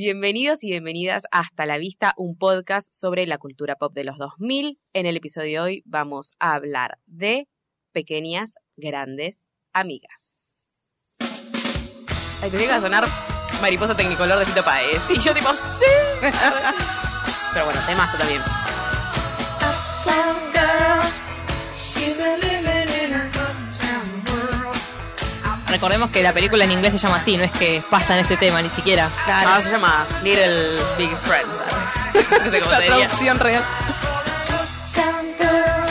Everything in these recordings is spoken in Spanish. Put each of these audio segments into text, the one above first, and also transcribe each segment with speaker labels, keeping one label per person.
Speaker 1: Bienvenidos y bienvenidas a Hasta la Vista, un podcast sobre la cultura pop de los 2000. En el episodio de hoy vamos a hablar de pequeñas, grandes amigas. Ay, pensé que iba a sonar mariposa tecnicolor de Fito Páez. Y yo tipo, sí. Pero bueno, temazo también.
Speaker 2: Uptown girl, she's been living in an uptown world.
Speaker 3: Recordemos que la película en inglés se llama así, no es que pasa en este tema ni siquiera.
Speaker 1: Ah, se llama Little Big Friends. No sé cómo se diría.
Speaker 3: real.
Speaker 2: Uptown girl,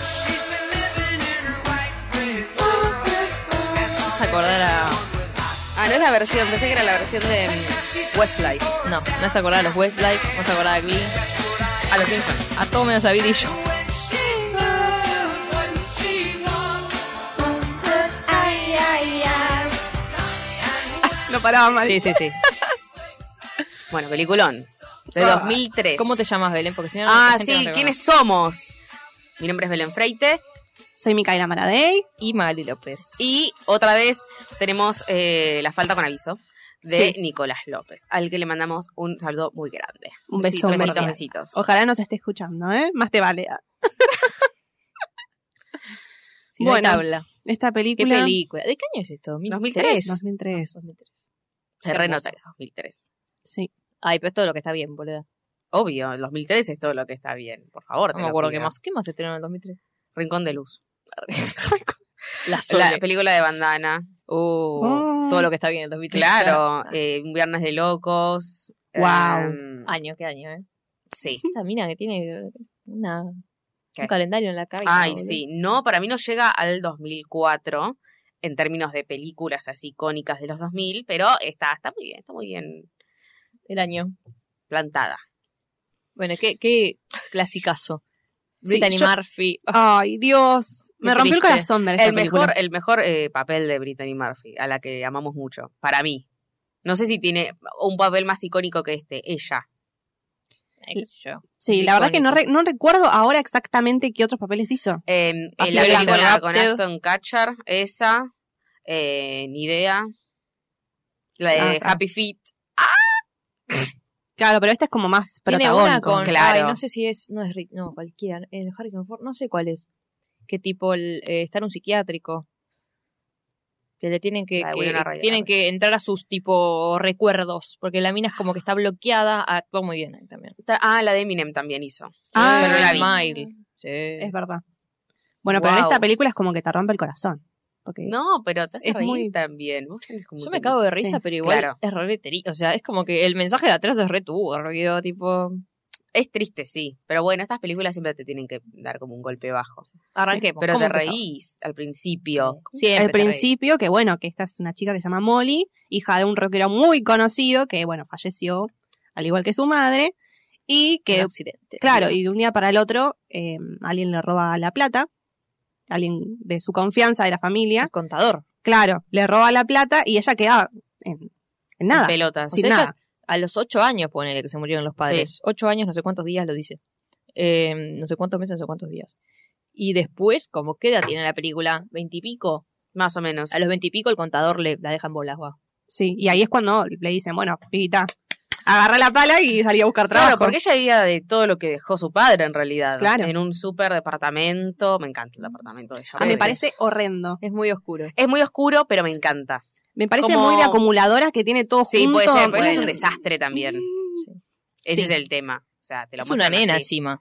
Speaker 2: she's been living in her white bread world.
Speaker 3: Vamos a acordar a.
Speaker 1: Ah, no es la versión, pensé que era la versión de mm, Westlife.
Speaker 3: No, me vas a acordar a los Westlife, me vas a acordar a Glee,
Speaker 1: A los Simpsons.
Speaker 3: a todo menos a Billy y yo.
Speaker 2: When she loves, when she wants, from her ay ay ay.
Speaker 1: No paraba mal.
Speaker 3: Sí, sí, sí.
Speaker 1: Bueno, peliculón. De
Speaker 3: Ah,
Speaker 1: 2003.
Speaker 3: ¿Cómo te llamas, Belén? Porque si no,
Speaker 1: Ah,
Speaker 3: la gente no
Speaker 1: sí,
Speaker 3: te
Speaker 1: ¿quiénes
Speaker 3: conoce.
Speaker 1: somos? Mi nombre es Belén Freite
Speaker 4: Soy Micaela Maradei.
Speaker 3: Y Magali López.
Speaker 1: y otra vez tenemos eh, la falta con aviso de
Speaker 3: Sí.
Speaker 1: Nicolás López, al que le mandamos un saludo muy grande.
Speaker 4: Un beso, un
Speaker 1: besitos,
Speaker 4: beso.
Speaker 1: besitos.
Speaker 4: Ojalá nos esté escuchando, ¿eh? Más te vale.
Speaker 3: Si no hay
Speaker 4: Bueno.
Speaker 3: tabla.
Speaker 4: Esta
Speaker 3: ¿Qué
Speaker 4: película.
Speaker 3: película? ¿De qué año es esto?
Speaker 1: 2003.
Speaker 4: 2003.
Speaker 3: 2003.
Speaker 1: Se renota
Speaker 3: hermoso.
Speaker 1: que es 2003.
Speaker 4: Sí.
Speaker 3: Ay, pero es todo lo que está bien, boludo.
Speaker 1: Obvio, el 2003 es todo lo que está bien. Por favor,
Speaker 3: No
Speaker 1: te
Speaker 3: me
Speaker 1: lo
Speaker 3: acuerdo qué
Speaker 1: pido.
Speaker 3: más. ¿Qué más se estrenó en el 2003?
Speaker 1: Rincón de luz.
Speaker 3: La Sole.
Speaker 1: la película de bandana. Uh,
Speaker 3: Oh,
Speaker 4: Oh.
Speaker 3: Todo lo que está bien en el 2003.
Speaker 1: Claro, eh, un viernes de locos.
Speaker 4: Guau.
Speaker 1: em,
Speaker 3: Año, qué año, ¿eh?
Speaker 1: sí.
Speaker 3: Esta mina que tiene una,
Speaker 1: ¿Qué?
Speaker 3: un calendario en la cabeza.
Speaker 1: Ay,
Speaker 3: boludo.
Speaker 1: sí. No, para mí no llega al 2004 en términos de películas así icónicas de los 2000, pero está, está muy bien, está muy bien
Speaker 3: El año.
Speaker 1: plantada.
Speaker 3: Bueno, qué, qué clasicazo.
Speaker 4: Sí,
Speaker 3: Brittany
Speaker 4: yo-
Speaker 3: Murphy. Ah,
Speaker 4: Oh. Ay, Dios. Me
Speaker 3: Qué
Speaker 4: rompió el
Speaker 3: triste.
Speaker 4: corazón ver esta
Speaker 1: El
Speaker 4: película.
Speaker 1: mejor, el mejor eh, papel de Brittany Murphy, a la que amamos mucho, para mí. No sé si tiene un papel más icónico que este, ella.
Speaker 3: qué sé yo.
Speaker 4: Sí, la verdad que no,
Speaker 3: icónico.
Speaker 4: re- no recuerdo ahora exactamente qué otros papeles hizo.
Speaker 1: Eh, en
Speaker 3: Así
Speaker 1: la
Speaker 3: que
Speaker 1: película
Speaker 3: Interrupted.
Speaker 1: con Aston Catcher, esa, eh, ni idea. La de
Speaker 4: Ah, ah.
Speaker 1: Happy Feet.
Speaker 4: Claro, pero esta es como más
Speaker 3: Tiene una
Speaker 4: protagónico.
Speaker 3: con.
Speaker 1: claro.
Speaker 3: Ay, no sé si es. No es Rick- No, cualquiera. El Harrison Ford. No sé cuál es. Que tipo el, eh, estar en un psiquiátrico. Que le tienen que.
Speaker 1: La de
Speaker 3: que-
Speaker 1: Winona Ryder.
Speaker 3: tienen que entrar a sus tipo recuerdos. Porque la mina es como que está bloqueada. Actúa muy bien ahí también.
Speaker 1: Ta- Ah, la de Eminem también hizo.
Speaker 4: Ah,
Speaker 1: Pero no la vi.
Speaker 3: Miles. Sí.
Speaker 4: Es verdad. Bueno, pero en
Speaker 1: Guau.
Speaker 4: esta película es como que te rompe el corazón. Porque
Speaker 1: No, pero te hace
Speaker 4: Es
Speaker 1: reír
Speaker 4: muy-
Speaker 1: también. Vos tenés como
Speaker 3: Yo
Speaker 1: que-
Speaker 3: me cago de risa,
Speaker 4: Sí,
Speaker 3: pero igual
Speaker 1: claro.
Speaker 3: es retería. O sea, es como que el mensaje de atrás es returbio, tipo.
Speaker 1: Es triste, sí. Pero bueno, estas películas siempre te tienen que dar como un golpe bajo.
Speaker 3: Arranquemos.
Speaker 1: Pero
Speaker 3: ¿cómo
Speaker 1: te
Speaker 3: empezamos?
Speaker 1: reís al principio.
Speaker 3: Siempre
Speaker 4: al
Speaker 3: te reís.
Speaker 4: principio, que bueno, que esta es una chica que se llama Molly, hija de un rockero muy conocido, que bueno, falleció, al igual que su madre, y
Speaker 3: Un
Speaker 4: que
Speaker 3: accidente.
Speaker 4: Claro, y de un día para el otro, eh, alguien le roba la plata, alguien de su confianza, de la familia,
Speaker 3: El contador.
Speaker 4: claro, le roba la plata y ella queda en, en nada.
Speaker 1: Pelotas.
Speaker 3: O
Speaker 4: sin
Speaker 3: sea,
Speaker 4: nada.
Speaker 3: A los ocho años, ponele que se murieron los padres. Ocho años, no sé cuántos días lo dice. Eh, no sé cuántos meses, no sé cuántos días. Y después, como qué edad tiene la película? ¿Veintipico?
Speaker 1: Más o menos.
Speaker 3: A los veintipico el contador le la deja en bolas, va.
Speaker 4: Sí, y ahí es cuando le dicen, bueno, pibita, agarra la pala y salí a buscar trabajo.
Speaker 1: Claro, porque ella vivía de todo lo que dejó su padre en realidad.
Speaker 4: Claro.
Speaker 1: En un super departamento. Me encanta el departamento de ella.
Speaker 4: Ah, me
Speaker 1: pobre.
Speaker 4: parece horrendo.
Speaker 3: Es muy oscuro.
Speaker 1: Es muy oscuro, pero me encanta.
Speaker 4: Me parece
Speaker 1: Como-
Speaker 4: muy de acumuladora que tiene todo
Speaker 1: Sí,
Speaker 4: junto.
Speaker 1: puede ser, pero ella es un
Speaker 4: Bueno.
Speaker 1: desastre también.
Speaker 3: Sí.
Speaker 1: Ese
Speaker 4: Sí.
Speaker 1: es el tema. O sea, te lo
Speaker 3: Es una
Speaker 1: muestran
Speaker 3: nena
Speaker 1: así.
Speaker 3: encima.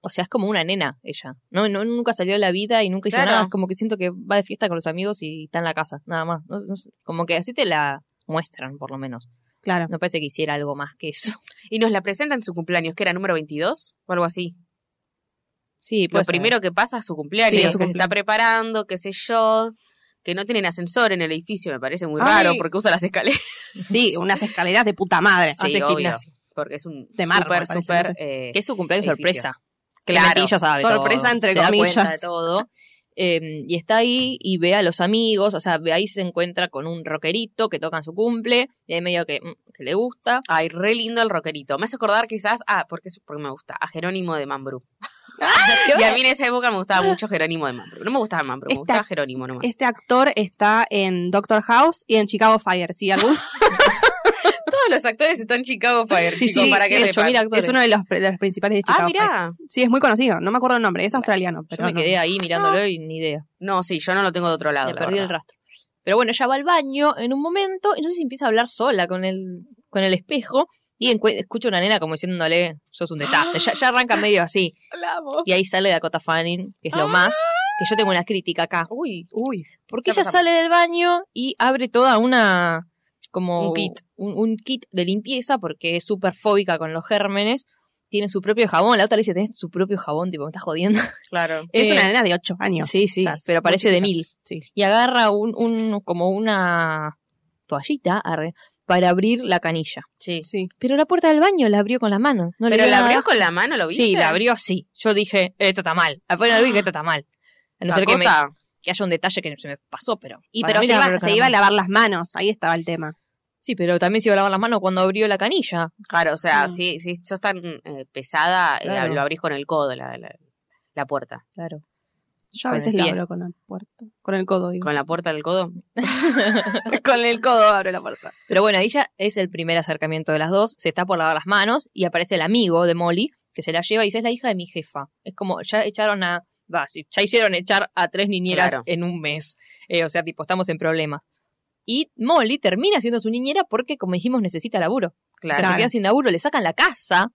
Speaker 3: O sea, es como una nena ella. No, no nunca salió a la vida y nunca hizo
Speaker 1: Claro.
Speaker 3: nada. Es como que siento que va de fiesta con los amigos y está en la casa, nada más. No- no sé. como que así te la muestran, por lo menos.
Speaker 4: Claro.
Speaker 3: No parece que hiciera algo más que eso.
Speaker 1: Y nos la presenta en su cumpleaños, que era número 22 o algo así.
Speaker 3: Sí,
Speaker 1: Lo
Speaker 3: puede ser.
Speaker 1: primero que pasa es su cumpleaños,
Speaker 4: Sí,
Speaker 1: que
Speaker 4: es su
Speaker 1: se está preparando, qué sé yo, que no tienen ascensor en el edificio, me parece muy
Speaker 4: Ay.
Speaker 1: raro porque usa las escaleras,
Speaker 4: Sí, unas escaleras de puta madre.
Speaker 1: Sí,
Speaker 3: hace
Speaker 1: obvio.
Speaker 3: gimnasia.
Speaker 1: porque es un
Speaker 4: De mármol,
Speaker 1: súper,
Speaker 4: parece,
Speaker 1: súper...
Speaker 4: no sé.
Speaker 1: eh,
Speaker 3: Que es su cumpleaños
Speaker 1: Edificio.
Speaker 3: sorpresa.
Speaker 1: Claro.
Speaker 3: Clemente ya sabe todo.
Speaker 4: Sorpresa entre
Speaker 3: Se da cuenta
Speaker 4: comillas.
Speaker 3: de todo. Eh, y está ahí y ve a los amigos, o sea, ve ahí se encuentra con un rockerito que toca en su cumple, y ahí medio que, mm, que le gusta.
Speaker 1: Ay, re lindo el rockerito. Me hace acordar quizás, ah, porque, es- porque me gusta, a Jerónimo de Mambrú. Y a mí en esa época me gustaba mucho Jerónimo de Mambrú. No me gustaba Mambrú, me
Speaker 4: Esta-
Speaker 1: gustaba Jerónimo nomás.
Speaker 4: Este actor está en Doctor House y en Chicago Fire. Si algún,
Speaker 1: Todos los actores están en Chicago Fire,
Speaker 3: Sí,
Speaker 1: chicos,
Speaker 3: sí,
Speaker 1: para que
Speaker 3: eso,
Speaker 1: sepan.
Speaker 3: mira, actores.
Speaker 4: Es uno de los, pre- de los principales de Chicago.
Speaker 1: Ah,
Speaker 4: Fire.
Speaker 1: mirá.
Speaker 4: Sí, es muy conocido. No me acuerdo el nombre. Es australiano.
Speaker 3: Yo
Speaker 4: Pero
Speaker 3: me
Speaker 4: no. Ah,
Speaker 3: quedé ahí mirándolo y ni idea.
Speaker 1: No, sí, yo no lo tengo de otro lado.
Speaker 3: Me
Speaker 1: la
Speaker 3: perdí el
Speaker 1: verdad.
Speaker 3: rastro. Pero bueno, ella va al baño en un momento y no sé si empieza a hablar sola con el, con el espejo y encue- escucha una nena como diciéndole, sos un desastre. Ya, ya arranca medio así. Y ahí sale Dakota Fanning, que es
Speaker 4: Ah.
Speaker 3: lo más. Que yo tengo una crítica acá.
Speaker 1: Uy,
Speaker 4: Uy.
Speaker 3: Porque
Speaker 1: Está
Speaker 3: ella
Speaker 1: pasando.
Speaker 3: sale del baño y abre toda una. como.
Speaker 1: Un kit.
Speaker 3: Un, un kit de limpieza porque es súper fóbica con los gérmenes. Tiene su propio jabón. La otra le dice: Tenés tu propio jabón, tipo, me estás jodiendo.
Speaker 1: claro.
Speaker 4: Es
Speaker 3: Eh,
Speaker 4: una nena de 8 años.
Speaker 3: Sí, sí,
Speaker 4: O sea,
Speaker 3: pero
Speaker 4: muy
Speaker 3: parece de
Speaker 4: chiquita.
Speaker 3: mil.
Speaker 4: Sí.
Speaker 3: Y agarra un, un- como una toallita arre, para abrir la canilla.
Speaker 1: Sí.
Speaker 4: Sí.
Speaker 3: Pero la puerta del baño la abrió con la mano. No le
Speaker 1: Pero
Speaker 3: dio
Speaker 1: la
Speaker 3: nada.
Speaker 1: abrió con la mano, ¿lo viste?
Speaker 3: Sí, la abrió así. Yo dije, esto está mal. Afuera lo vi que esto está mal. A no ser que, me-
Speaker 1: Dakota.
Speaker 3: que haya un detalle que se me pasó, pero.
Speaker 4: Y
Speaker 3: para
Speaker 4: pero
Speaker 3: mí
Speaker 4: se
Speaker 3: la
Speaker 4: iba,
Speaker 3: abrió con
Speaker 4: se
Speaker 3: la
Speaker 4: iba a
Speaker 3: mano.
Speaker 4: lavar las manos. Ahí estaba el tema.
Speaker 3: Sí, pero también se iba a lavar las manos cuando abrió la canilla.
Speaker 1: Claro, o sea,
Speaker 4: Mm.
Speaker 1: si, si sos tan eh, pesada, eh,
Speaker 3: Claro.
Speaker 1: lo abrís con el codo la, la, la puerta.
Speaker 3: Claro.
Speaker 4: Yo a
Speaker 3: Con el
Speaker 4: veces la
Speaker 3: pie.
Speaker 4: abro con la puerta. Con el codo, digo.
Speaker 1: Con la puerta del codo.
Speaker 4: con el codo abro la puerta.
Speaker 3: Pero bueno, ahí ya es el primer acercamiento de las dos. Se está por lavar las manos y aparece el amigo de Molly que se la lleva y dice, es la hija de mi jefa. Es como, ya echaron a... Va, sí, ya hicieron echar a tres niñeras
Speaker 1: Claro.
Speaker 3: en un mes. Eh, o sea, tipo, estamos en problemas. Y Molly termina siendo su niñera porque, como dijimos, necesita laburo. O sea,
Speaker 1: Claro.
Speaker 3: se queda sin laburo, le sacan la casa,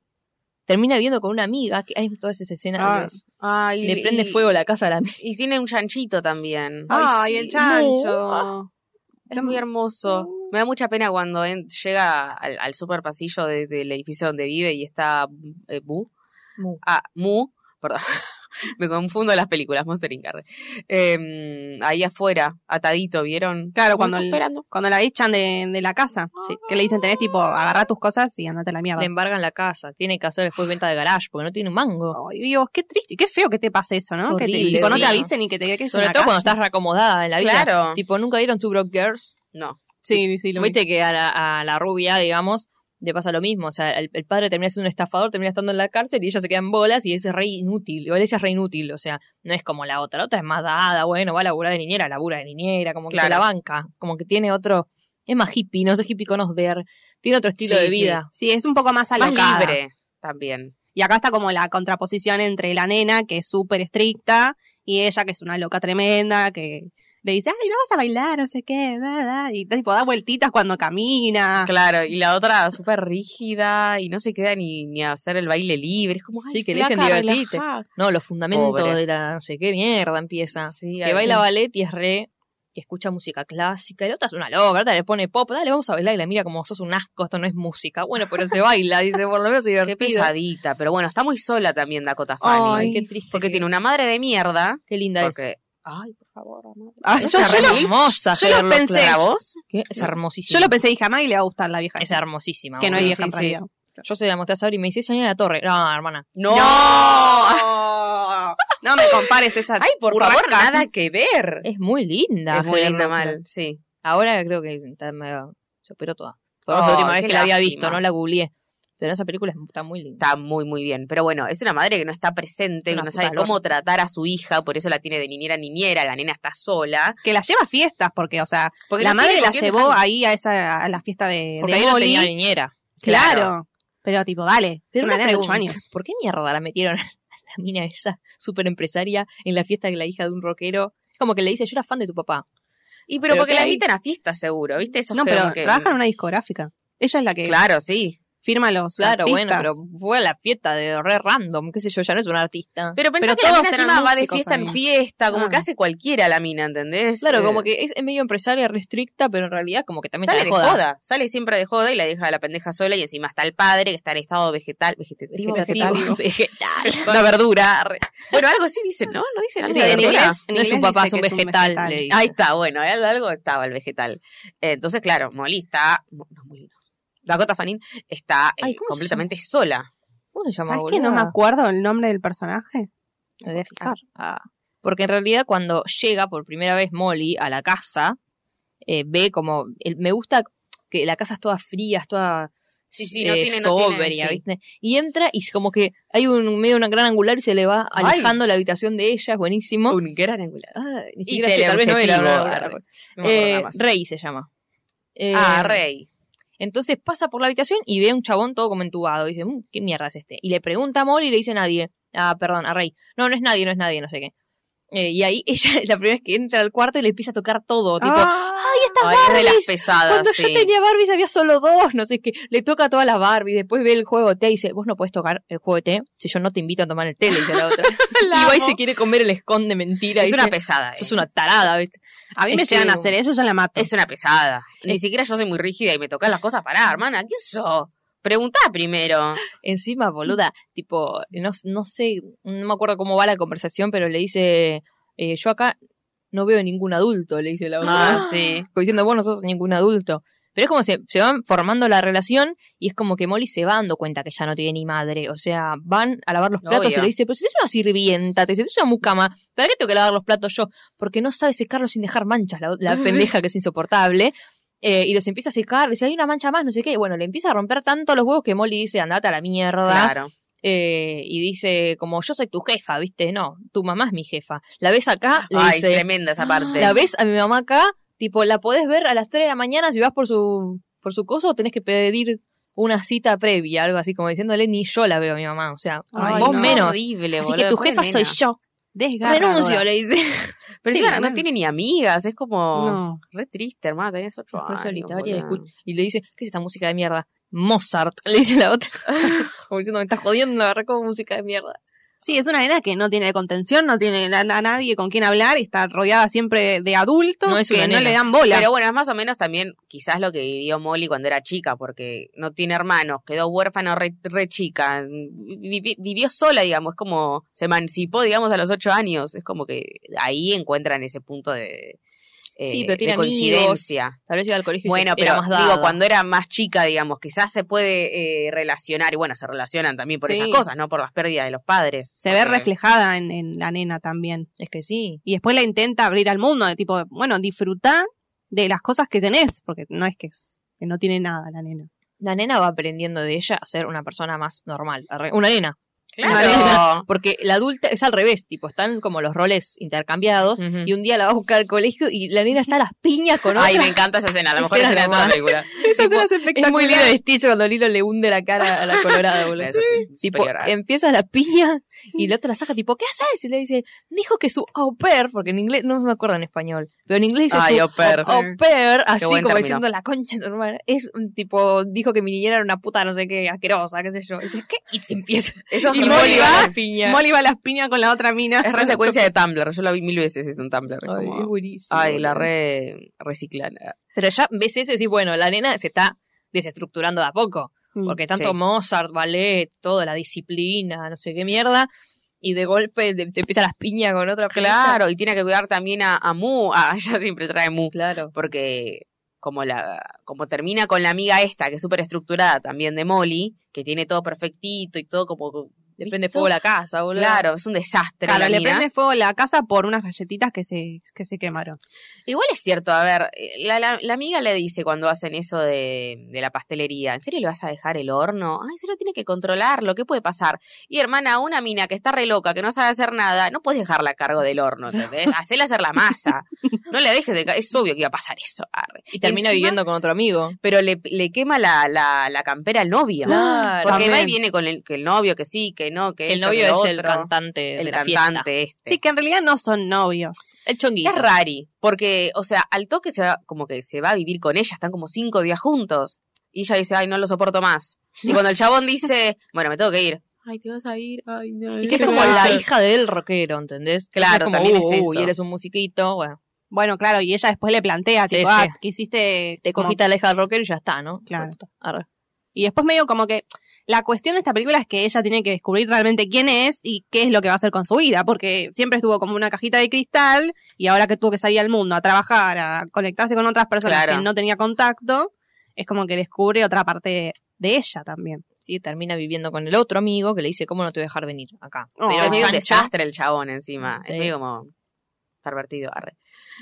Speaker 3: termina viviendo con una amiga, que hay todas esas escenas,
Speaker 4: Ah,
Speaker 3: Dios.
Speaker 1: Ay,
Speaker 3: le
Speaker 1: y-
Speaker 3: prende fuego la casa a la amiga.
Speaker 1: Y tiene un chanchito también.
Speaker 4: Ay,
Speaker 3: sí,
Speaker 4: el chancho.
Speaker 1: Es muy hermoso. Me da mucha pena cuando en- llega al, al super pasillo de- del edificio donde vive y está eh, Bu.
Speaker 3: Mu.
Speaker 1: Ah, Mu. Perdón. Me confundo las películas, Monster Inc. Arre. Eh, ahí afuera, atadito, ¿vieron?
Speaker 4: Claro,
Speaker 1: Mu
Speaker 4: cuando,
Speaker 1: está
Speaker 4: el-
Speaker 1: esperando.
Speaker 4: cuando la echan de, de la casa.
Speaker 3: Sí.
Speaker 4: Que le dicen, tenés tipo, agarrá tus cosas y andate a la mierda.
Speaker 3: Le embargan la casa, tiene que hacer después venta de garage porque no tiene un mango.
Speaker 4: Ay, Dios, qué triste, qué feo que te pase eso, ¿no? Que te,
Speaker 3: Horrible,
Speaker 4: tipo, no
Speaker 1: sí.
Speaker 4: te avisen y que te quedes
Speaker 3: Sobre
Speaker 4: en la
Speaker 3: todo cuando
Speaker 4: calle.
Speaker 3: estás reacomodada en la vida.
Speaker 1: Claro.
Speaker 3: Tipo, nunca vieron Two Broke Girls.
Speaker 1: No.
Speaker 4: Sí, sí, lo vi.
Speaker 3: Viste que a la, a la rubia, digamos, le pasa lo mismo. O sea, el, el padre termina siendo un estafador, termina estando en la cárcel y ella se queda en bolas y ese es re inútil. Igual ella es re inútil. O sea, no es como la otra. La otra es más dada, bueno, va a laburar de niñera, labura de niñera, como que se
Speaker 1: Claro.
Speaker 3: la banca. Como que tiene otro. Es más hippie, no sé hippie con Osder. Tiene otro estilo
Speaker 1: Sí,
Speaker 3: de
Speaker 1: sí.
Speaker 3: vida.
Speaker 4: Sí, es un poco
Speaker 1: Más
Speaker 4: más alocada.
Speaker 1: libre también.
Speaker 4: Y acá está como la contraposición entre la nena, que es súper estricta, y ella, que es una loca tremenda, que le dice, ay, vamos a bailar, no sé qué, nada. Y tipo, da vueltitas cuando camina.
Speaker 1: Claro, y la otra súper rígida y no se queda ni, ni a hacer el baile libre. Es como, ay,
Speaker 3: Sí, que le dicen
Speaker 1: flaca,
Speaker 3: divertite.
Speaker 1: relajá.
Speaker 3: No, los fundamentos
Speaker 1: Pobre.
Speaker 3: de la no sé qué mierda empieza.
Speaker 1: Sí,
Speaker 3: que
Speaker 1: ahí-
Speaker 3: baila ballet y es re que escucha música clásica, y la otra es una loca, la otra le pone pop, dale, vamos a bailar y la mira como sos un asco, esto no es música. Bueno, pero se baila, dice, por lo menos se
Speaker 1: Qué
Speaker 3: divertido.
Speaker 1: pesadita. Pero bueno, está muy sola también Dakota Fanning.
Speaker 3: Ay, qué triste.
Speaker 1: Porque
Speaker 3: que-
Speaker 1: tiene una madre de mierda.
Speaker 3: Qué linda es.
Speaker 1: Porque
Speaker 3: Ay, por favor, amor.
Speaker 4: Ah,
Speaker 1: Es
Speaker 4: yo,
Speaker 1: una
Speaker 4: yo
Speaker 1: re
Speaker 4: lo,
Speaker 3: hermosa,
Speaker 4: yo lo
Speaker 3: Heather Locklear.
Speaker 4: pensé.
Speaker 1: ¿Para vos?
Speaker 3: ¿Qué? Es
Speaker 4: yo
Speaker 3: hermosísima.
Speaker 4: lo pensé y dije, a Mai le va a gustar la vieja.
Speaker 3: Es
Speaker 4: esa,
Speaker 3: hermosísima.
Speaker 4: que no
Speaker 3: boludo.
Speaker 1: Sí,
Speaker 4: es vieja en
Speaker 1: sí,
Speaker 4: realidad.
Speaker 3: Yo se la mostré a Sabri y me dice, Sonia la Torre. No, hermana.
Speaker 1: ¡No!
Speaker 4: No, no me compares esa.
Speaker 1: Ay, por
Speaker 4: Urraca.
Speaker 1: favor, nada que ver.
Speaker 3: Es muy linda.
Speaker 1: es muy
Speaker 3: Heather
Speaker 1: linda
Speaker 3: Locklear.
Speaker 1: mal, sí.
Speaker 3: Ahora creo que está medio- se operó toda. Por lo menos la
Speaker 1: Ay,
Speaker 3: última vez
Speaker 1: qué
Speaker 3: que la había
Speaker 1: lástima.
Speaker 3: visto, no la googleé. Pero esa película está muy linda.
Speaker 1: Está muy, muy bien. Pero bueno, es una madre que no está presente, que
Speaker 3: Una
Speaker 1: no
Speaker 3: puta
Speaker 1: sabe
Speaker 3: lorda.
Speaker 1: cómo tratar a su hija, por eso la tiene de niñera a niñera, la nena está sola.
Speaker 4: Que la lleva a fiestas, porque, o sea,
Speaker 1: Porque
Speaker 4: la
Speaker 1: no
Speaker 4: madre
Speaker 1: tiene
Speaker 4: la
Speaker 1: con quién
Speaker 4: llevó
Speaker 1: dejar-
Speaker 4: ahí a esa a la fiesta de,
Speaker 3: Porque
Speaker 4: de
Speaker 3: ahí no
Speaker 4: Molly.
Speaker 3: tenía niñera.
Speaker 4: claro. Pero tipo, dale, es
Speaker 3: Pero
Speaker 4: una
Speaker 3: una
Speaker 4: nena de 8
Speaker 3: pregunta,
Speaker 4: años.
Speaker 3: ¿Por qué mierda la metieron a la mina esa super empresaria en la fiesta de la hija de un rockero? Es como que le dice, yo era fan de tu papá.
Speaker 1: Y pero,
Speaker 3: Pero
Speaker 1: porque
Speaker 3: que
Speaker 1: la
Speaker 3: ahí-
Speaker 1: invitan a fiestas, seguro, ¿viste? Eso
Speaker 4: No, pero trabaja en una discográfica. Ella es la que
Speaker 1: Claro, sí.
Speaker 4: firma los
Speaker 3: Claro, bueno, pero
Speaker 4: artistas.
Speaker 3: fue a la fiesta de re random, qué sé yo, ya no es un artista.
Speaker 1: Pero pensá
Speaker 4: Pero
Speaker 1: que la
Speaker 4: todos
Speaker 1: mina
Speaker 4: eran
Speaker 1: encima va de
Speaker 4: músicos,
Speaker 1: fiesta en
Speaker 4: amiga.
Speaker 1: fiesta, como
Speaker 4: Ah.
Speaker 1: que hace cualquiera la mina, ¿entendés?
Speaker 3: claro,
Speaker 1: Eh,
Speaker 3: como que es es medio empresaria restricta, pero en realidad como que también
Speaker 1: sale de
Speaker 3: está de
Speaker 1: joda.
Speaker 3: joda.
Speaker 1: sale siempre de joda y la deja a la pendeja sola y encima está el padre que está en estado vegetal, vegetativo,
Speaker 3: Vegetativo.
Speaker 1: vegetativo, una verdura. re- Bueno, algo así dicen, ¿no? No dicen algo
Speaker 4: Sí,
Speaker 1: de
Speaker 4: en
Speaker 1: verdura.
Speaker 4: inglés, en
Speaker 3: No es
Speaker 4: inglés
Speaker 3: un papá,
Speaker 4: dice
Speaker 3: es un
Speaker 4: que
Speaker 3: vegetal. le dice.
Speaker 1: Ahí está, bueno, eh, algo estaba el vegetal. Eh, Entonces, claro, Molly está, no, no, Molly no. Dakota Fanning está eh,
Speaker 3: Ay, ¿cómo se
Speaker 1: completamente sola.
Speaker 3: ¿Cómo se llama,
Speaker 4: ¿Sabes que no me
Speaker 3: boluda?
Speaker 4: acuerdo el nombre del personaje?
Speaker 3: Me voy a fijar. Ah. Porque en realidad cuando llega por primera vez Molly a la casa, eh, ve como... el- me gusta que la casa es toda fría, es toda eh,
Speaker 1: Sí, sí, no tiene- no tiene,
Speaker 3: sobria,
Speaker 1: sí.
Speaker 3: ¿viste? Y entra y es como que hay un medio una gran angular y se le va
Speaker 1: Ay.
Speaker 3: alejando la habitación de ella, es buenísimo.
Speaker 1: Un gran angular.
Speaker 3: Ah, ni
Speaker 1: Y eh,
Speaker 3: siquiera sé, tal vez no
Speaker 1: teleobjetivo,
Speaker 3: era Eh, una
Speaker 1: arre.
Speaker 3: angular.
Speaker 1: No me acuerdo
Speaker 3: Eh,
Speaker 1: nada más.
Speaker 3: Rey se llama. Eh,
Speaker 1: Ah, Rey.
Speaker 3: Entonces pasa por la habitación y ve a un chabón todo como entubado. Y dice, "Mm, ¿qué mierda es este? Y le pregunta a Molly y le dice nadie. Ah, perdón, a Rey. No, no es nadie, no es nadie, no sé qué. Eh, y ahí ella es la primera vez que entra al cuarto y le empieza a tocar todo. Tipo, ¡ay, estas
Speaker 1: Ay, es de las
Speaker 3: Barbies!
Speaker 1: pesadas,
Speaker 3: Ah, Cuando
Speaker 1: sí.
Speaker 3: yo tenía Barbies había solo dos, no sé qué. Le toca a todas las Barbies, después ve el juego de té y dice, vos no podés tocar el juego de té si yo no te invito a tomar el té, le dice la otra. y va y se quiere comer el esconde mentira.
Speaker 1: Es
Speaker 3: dice,
Speaker 1: una pesada.
Speaker 3: Sos
Speaker 1: eh.
Speaker 3: una tarada, ¿viste?
Speaker 4: A mí me
Speaker 3: Es que-
Speaker 4: llegan a hacer eso, yo la mato.
Speaker 1: Es una pesada. Ni siquiera yo soy muy rígida y me tocas las cosas. Pará, hermana, ¿qué es yo? Preguntá primero.
Speaker 3: Encima, boluda, tipo, no, no sé, no me acuerdo cómo va la conversación, pero le dice, eh, yo acá no veo ningún adulto, le dice la otra.
Speaker 1: Ah, sí.
Speaker 3: Como diciendo, vos no sos ningún adulto. Pero es como se, se van formando la relación y es como que Molly se va dando cuenta que ya no tiene ni madre. O sea, van a lavar los platos
Speaker 1: Obvio.
Speaker 3: y le dice, pero si es una sirvienta, te es una mucama, ¿para qué tengo que lavar los platos yo? Porque no sabe secarlo sin dejar manchas, la, la
Speaker 1: Sí.
Speaker 3: pendeja que es insoportable. Eh, y los empieza a secar, dice, hay una mancha más, no sé qué. Bueno, le empieza a romper tanto los huevos que Molly dice, andate a la mierda.
Speaker 1: Claro.
Speaker 3: Eh, y dice, como yo soy tu jefa, ¿viste? No, tu mamá es mi jefa. La ves acá, le
Speaker 1: Ay,
Speaker 3: dice, "Ah,
Speaker 1: tremenda esa parte.
Speaker 3: la ves a mi mamá acá, tipo, la podés ver a las 3 de la mañana si vas por su, por su coso o tenés que pedir una cita previa, algo así, como diciéndole, ni yo la veo a mi mamá, o sea,
Speaker 4: Ay,
Speaker 3: vos
Speaker 4: no.
Speaker 3: menos.
Speaker 1: Horrible,
Speaker 3: Así que tu jefa soy yo.
Speaker 4: Desgarradora.
Speaker 3: Renuncio, le dice.
Speaker 1: Pero
Speaker 4: Sí,
Speaker 1: encima no
Speaker 4: bueno.
Speaker 1: tiene ni amigas, es como
Speaker 4: No.
Speaker 1: re triste, hermana, tenés ocho
Speaker 3: Fue
Speaker 1: años.
Speaker 3: solitaria y,
Speaker 1: boluda.
Speaker 3: escu- y le dice, ¿qué es esta música de mierda? Mozart, le dice la otra. como diciendo, me estás jodiendo, la verdad, como música de mierda.
Speaker 4: Sí, es una nena que no tiene contención, no tiene a, a nadie con quien hablar y está rodeada siempre de, de adultos
Speaker 3: No es
Speaker 4: que
Speaker 3: una
Speaker 4: no
Speaker 3: nena.
Speaker 4: le dan bola.
Speaker 1: Pero bueno, es más o menos también quizás lo que vivió Molly cuando era chica, porque no tiene hermanos, quedó huérfana re, re chica, vivi- vivió sola, digamos, es como se emancipó, digamos, a los ocho años, es como que ahí encuentran ese punto de, eh,
Speaker 3: Sí, pero tiene
Speaker 1: de
Speaker 3: amigos,
Speaker 1: coincidencia.
Speaker 3: Tal vez iba al colegio y
Speaker 1: Bueno,
Speaker 3: era
Speaker 1: pero
Speaker 3: más
Speaker 1: digo,
Speaker 3: dada.
Speaker 1: cuando era más chica, digamos, quizás se puede eh, relacionar, y bueno, se relacionan también por
Speaker 4: Sí.
Speaker 1: esas cosas, ¿no? Por las pérdidas de los padres.
Speaker 4: se ve
Speaker 1: Porque-
Speaker 4: reflejada en, en la nena también.
Speaker 3: Es que sí.
Speaker 4: Y después la intenta abrir al mundo, de tipo, bueno, disfruta de las cosas que tenés, porque no es que, es- que no tiene nada la nena.
Speaker 3: La nena va aprendiendo de ella a ser una persona más normal. Arre- Una nena.
Speaker 1: Claro.
Speaker 3: Porque la adulta es al revés, tipo, están como los roles intercambiados.
Speaker 1: Ujú.
Speaker 3: Y un día la va a buscar al colegio y la nena está a las piñas con otra.
Speaker 1: Ay, me encanta esa escena, la mejor
Speaker 3: Escena
Speaker 1: escena de toda la película.
Speaker 4: Esa
Speaker 3: Tipo,
Speaker 4: escena es
Speaker 3: es muy
Speaker 4: espectacular.
Speaker 3: lindo de Stitch cuando Lilo le hunde la cara a la colorada, boludo.
Speaker 1: Eso sí,
Speaker 3: Tipo,
Speaker 1: superior a-
Speaker 3: empieza la piña y la otra la saca, tipo, ¿qué haces? Y le dice, dijo que su au pair, porque en inglés, no me acuerdo en español, pero en inglés dice
Speaker 1: Ay,
Speaker 3: su
Speaker 1: au pair.
Speaker 3: au pair, así como
Speaker 1: buen término.
Speaker 3: diciendo la concha de tu hermana. Es un tipo, dijo que mi niñera era una puta, no sé qué, asquerosa, qué sé yo. Y dice, ¿qué? Y te empieza.
Speaker 1: Eso es
Speaker 4: Y
Speaker 1: re
Speaker 4: Molly
Speaker 1: boludo.
Speaker 4: va-
Speaker 3: la piña.
Speaker 4: Molly va a las piñas con la otra mina.
Speaker 1: Es re secuencia de Tumblr, yo la vi mil veces, es un Tumblr. es
Speaker 3: Ay,
Speaker 1: como-
Speaker 3: es buenísimo,
Speaker 1: Ay, la
Speaker 3: boludo.
Speaker 1: re reciclan.
Speaker 3: Pero ya ves eso y decís, bueno, la nena se está desestructurando de a poco.
Speaker 4: Mm,
Speaker 3: Porque tanto
Speaker 1: sí.
Speaker 3: Mozart, ballet, toda la disciplina, no sé qué mierda. Y de golpe de- se empieza las piñas con otra pelota.
Speaker 1: Claro, y tiene que cuidar también a, a Mu. Ah, ella siempre trae Mu.
Speaker 3: Claro.
Speaker 1: Porque como la como termina con la amiga esta, que es súper estructurada también de Molly, que tiene todo perfectito y todo como...
Speaker 3: Le prende fuego la casa, boludo.
Speaker 1: Claro, es un desastre.
Speaker 4: Claro,
Speaker 1: la
Speaker 4: le
Speaker 1: mina.
Speaker 4: prende fuego la casa por unas galletitas que se, que se quemaron.
Speaker 1: Igual es cierto, a ver, eh, la, la- la amiga le dice cuando hacen eso de, de la pastelería, ¿en serio le vas a dejar el horno? Ay, solo tiene que controlarlo, ¿qué puede pasar? Y hermana, una mina que está re loca, que no sabe hacer nada, no puedes dejarla a cargo del horno, ¿entendés? Hacela hacer la masa. No le dejes de... ca- Es obvio que iba a pasar eso. arre.
Speaker 3: Y termina
Speaker 1: encima-
Speaker 3: viviendo con otro amigo.
Speaker 1: Pero le, le quema la, la, la campera al novio.
Speaker 3: Claro.
Speaker 1: Porque va y
Speaker 4: también.
Speaker 1: viene con el, que el novio, que sí, que no, que...
Speaker 3: Que el
Speaker 1: esto, que
Speaker 3: novio es
Speaker 1: lo
Speaker 3: el
Speaker 1: otro.
Speaker 3: cantante
Speaker 1: El
Speaker 3: de la fiesta.
Speaker 1: cantante este.
Speaker 4: Sí, que en realidad no son novios.
Speaker 3: El chonguito.
Speaker 1: Es rari, porque, o sea, al toque se va, como que se va a vivir con ella, están como cinco días juntos. Y ella dice, ay, no lo soporto más. Y cuando el chabón dice, bueno, me tengo que ir. Ay, te vas a ir, ay, no.
Speaker 3: Y que es
Speaker 4: Qué
Speaker 3: como la
Speaker 4: raro.
Speaker 3: hija del rockero, ¿entendés?
Speaker 1: Claro,
Speaker 3: como,
Speaker 1: también es
Speaker 3: "Uh,
Speaker 1: eso".
Speaker 3: uy, eres un musiquito, bueno.
Speaker 4: Bueno, claro, y ella después le plantea,
Speaker 3: Sí,
Speaker 4: tipo,
Speaker 3: sí.
Speaker 4: ah, que hiciste...
Speaker 3: Te
Speaker 4: como-
Speaker 3: cogiste a la hija del rockero y ya está, ¿no?
Speaker 4: Claro.
Speaker 3: Arre.
Speaker 4: Y después medio como que la cuestión de esta película es que ella tiene que descubrir realmente quién es y qué es lo que va a hacer con su vida, porque siempre estuvo como una cajita de cristal y ahora que tuvo que salir al mundo a trabajar, a conectarse con otras personas
Speaker 1: Claro.
Speaker 4: que no tenía contacto, es como que descubre otra parte de, de ella también.
Speaker 3: Sí, termina viviendo con el otro amigo que le dice, ¿cómo no te voy a dejar venir acá?
Speaker 4: Oh.
Speaker 1: Pero es medio un
Speaker 3: Sancho-
Speaker 1: desastre el chabón encima.
Speaker 3: Sí.
Speaker 1: Es medio como pervertido, arre.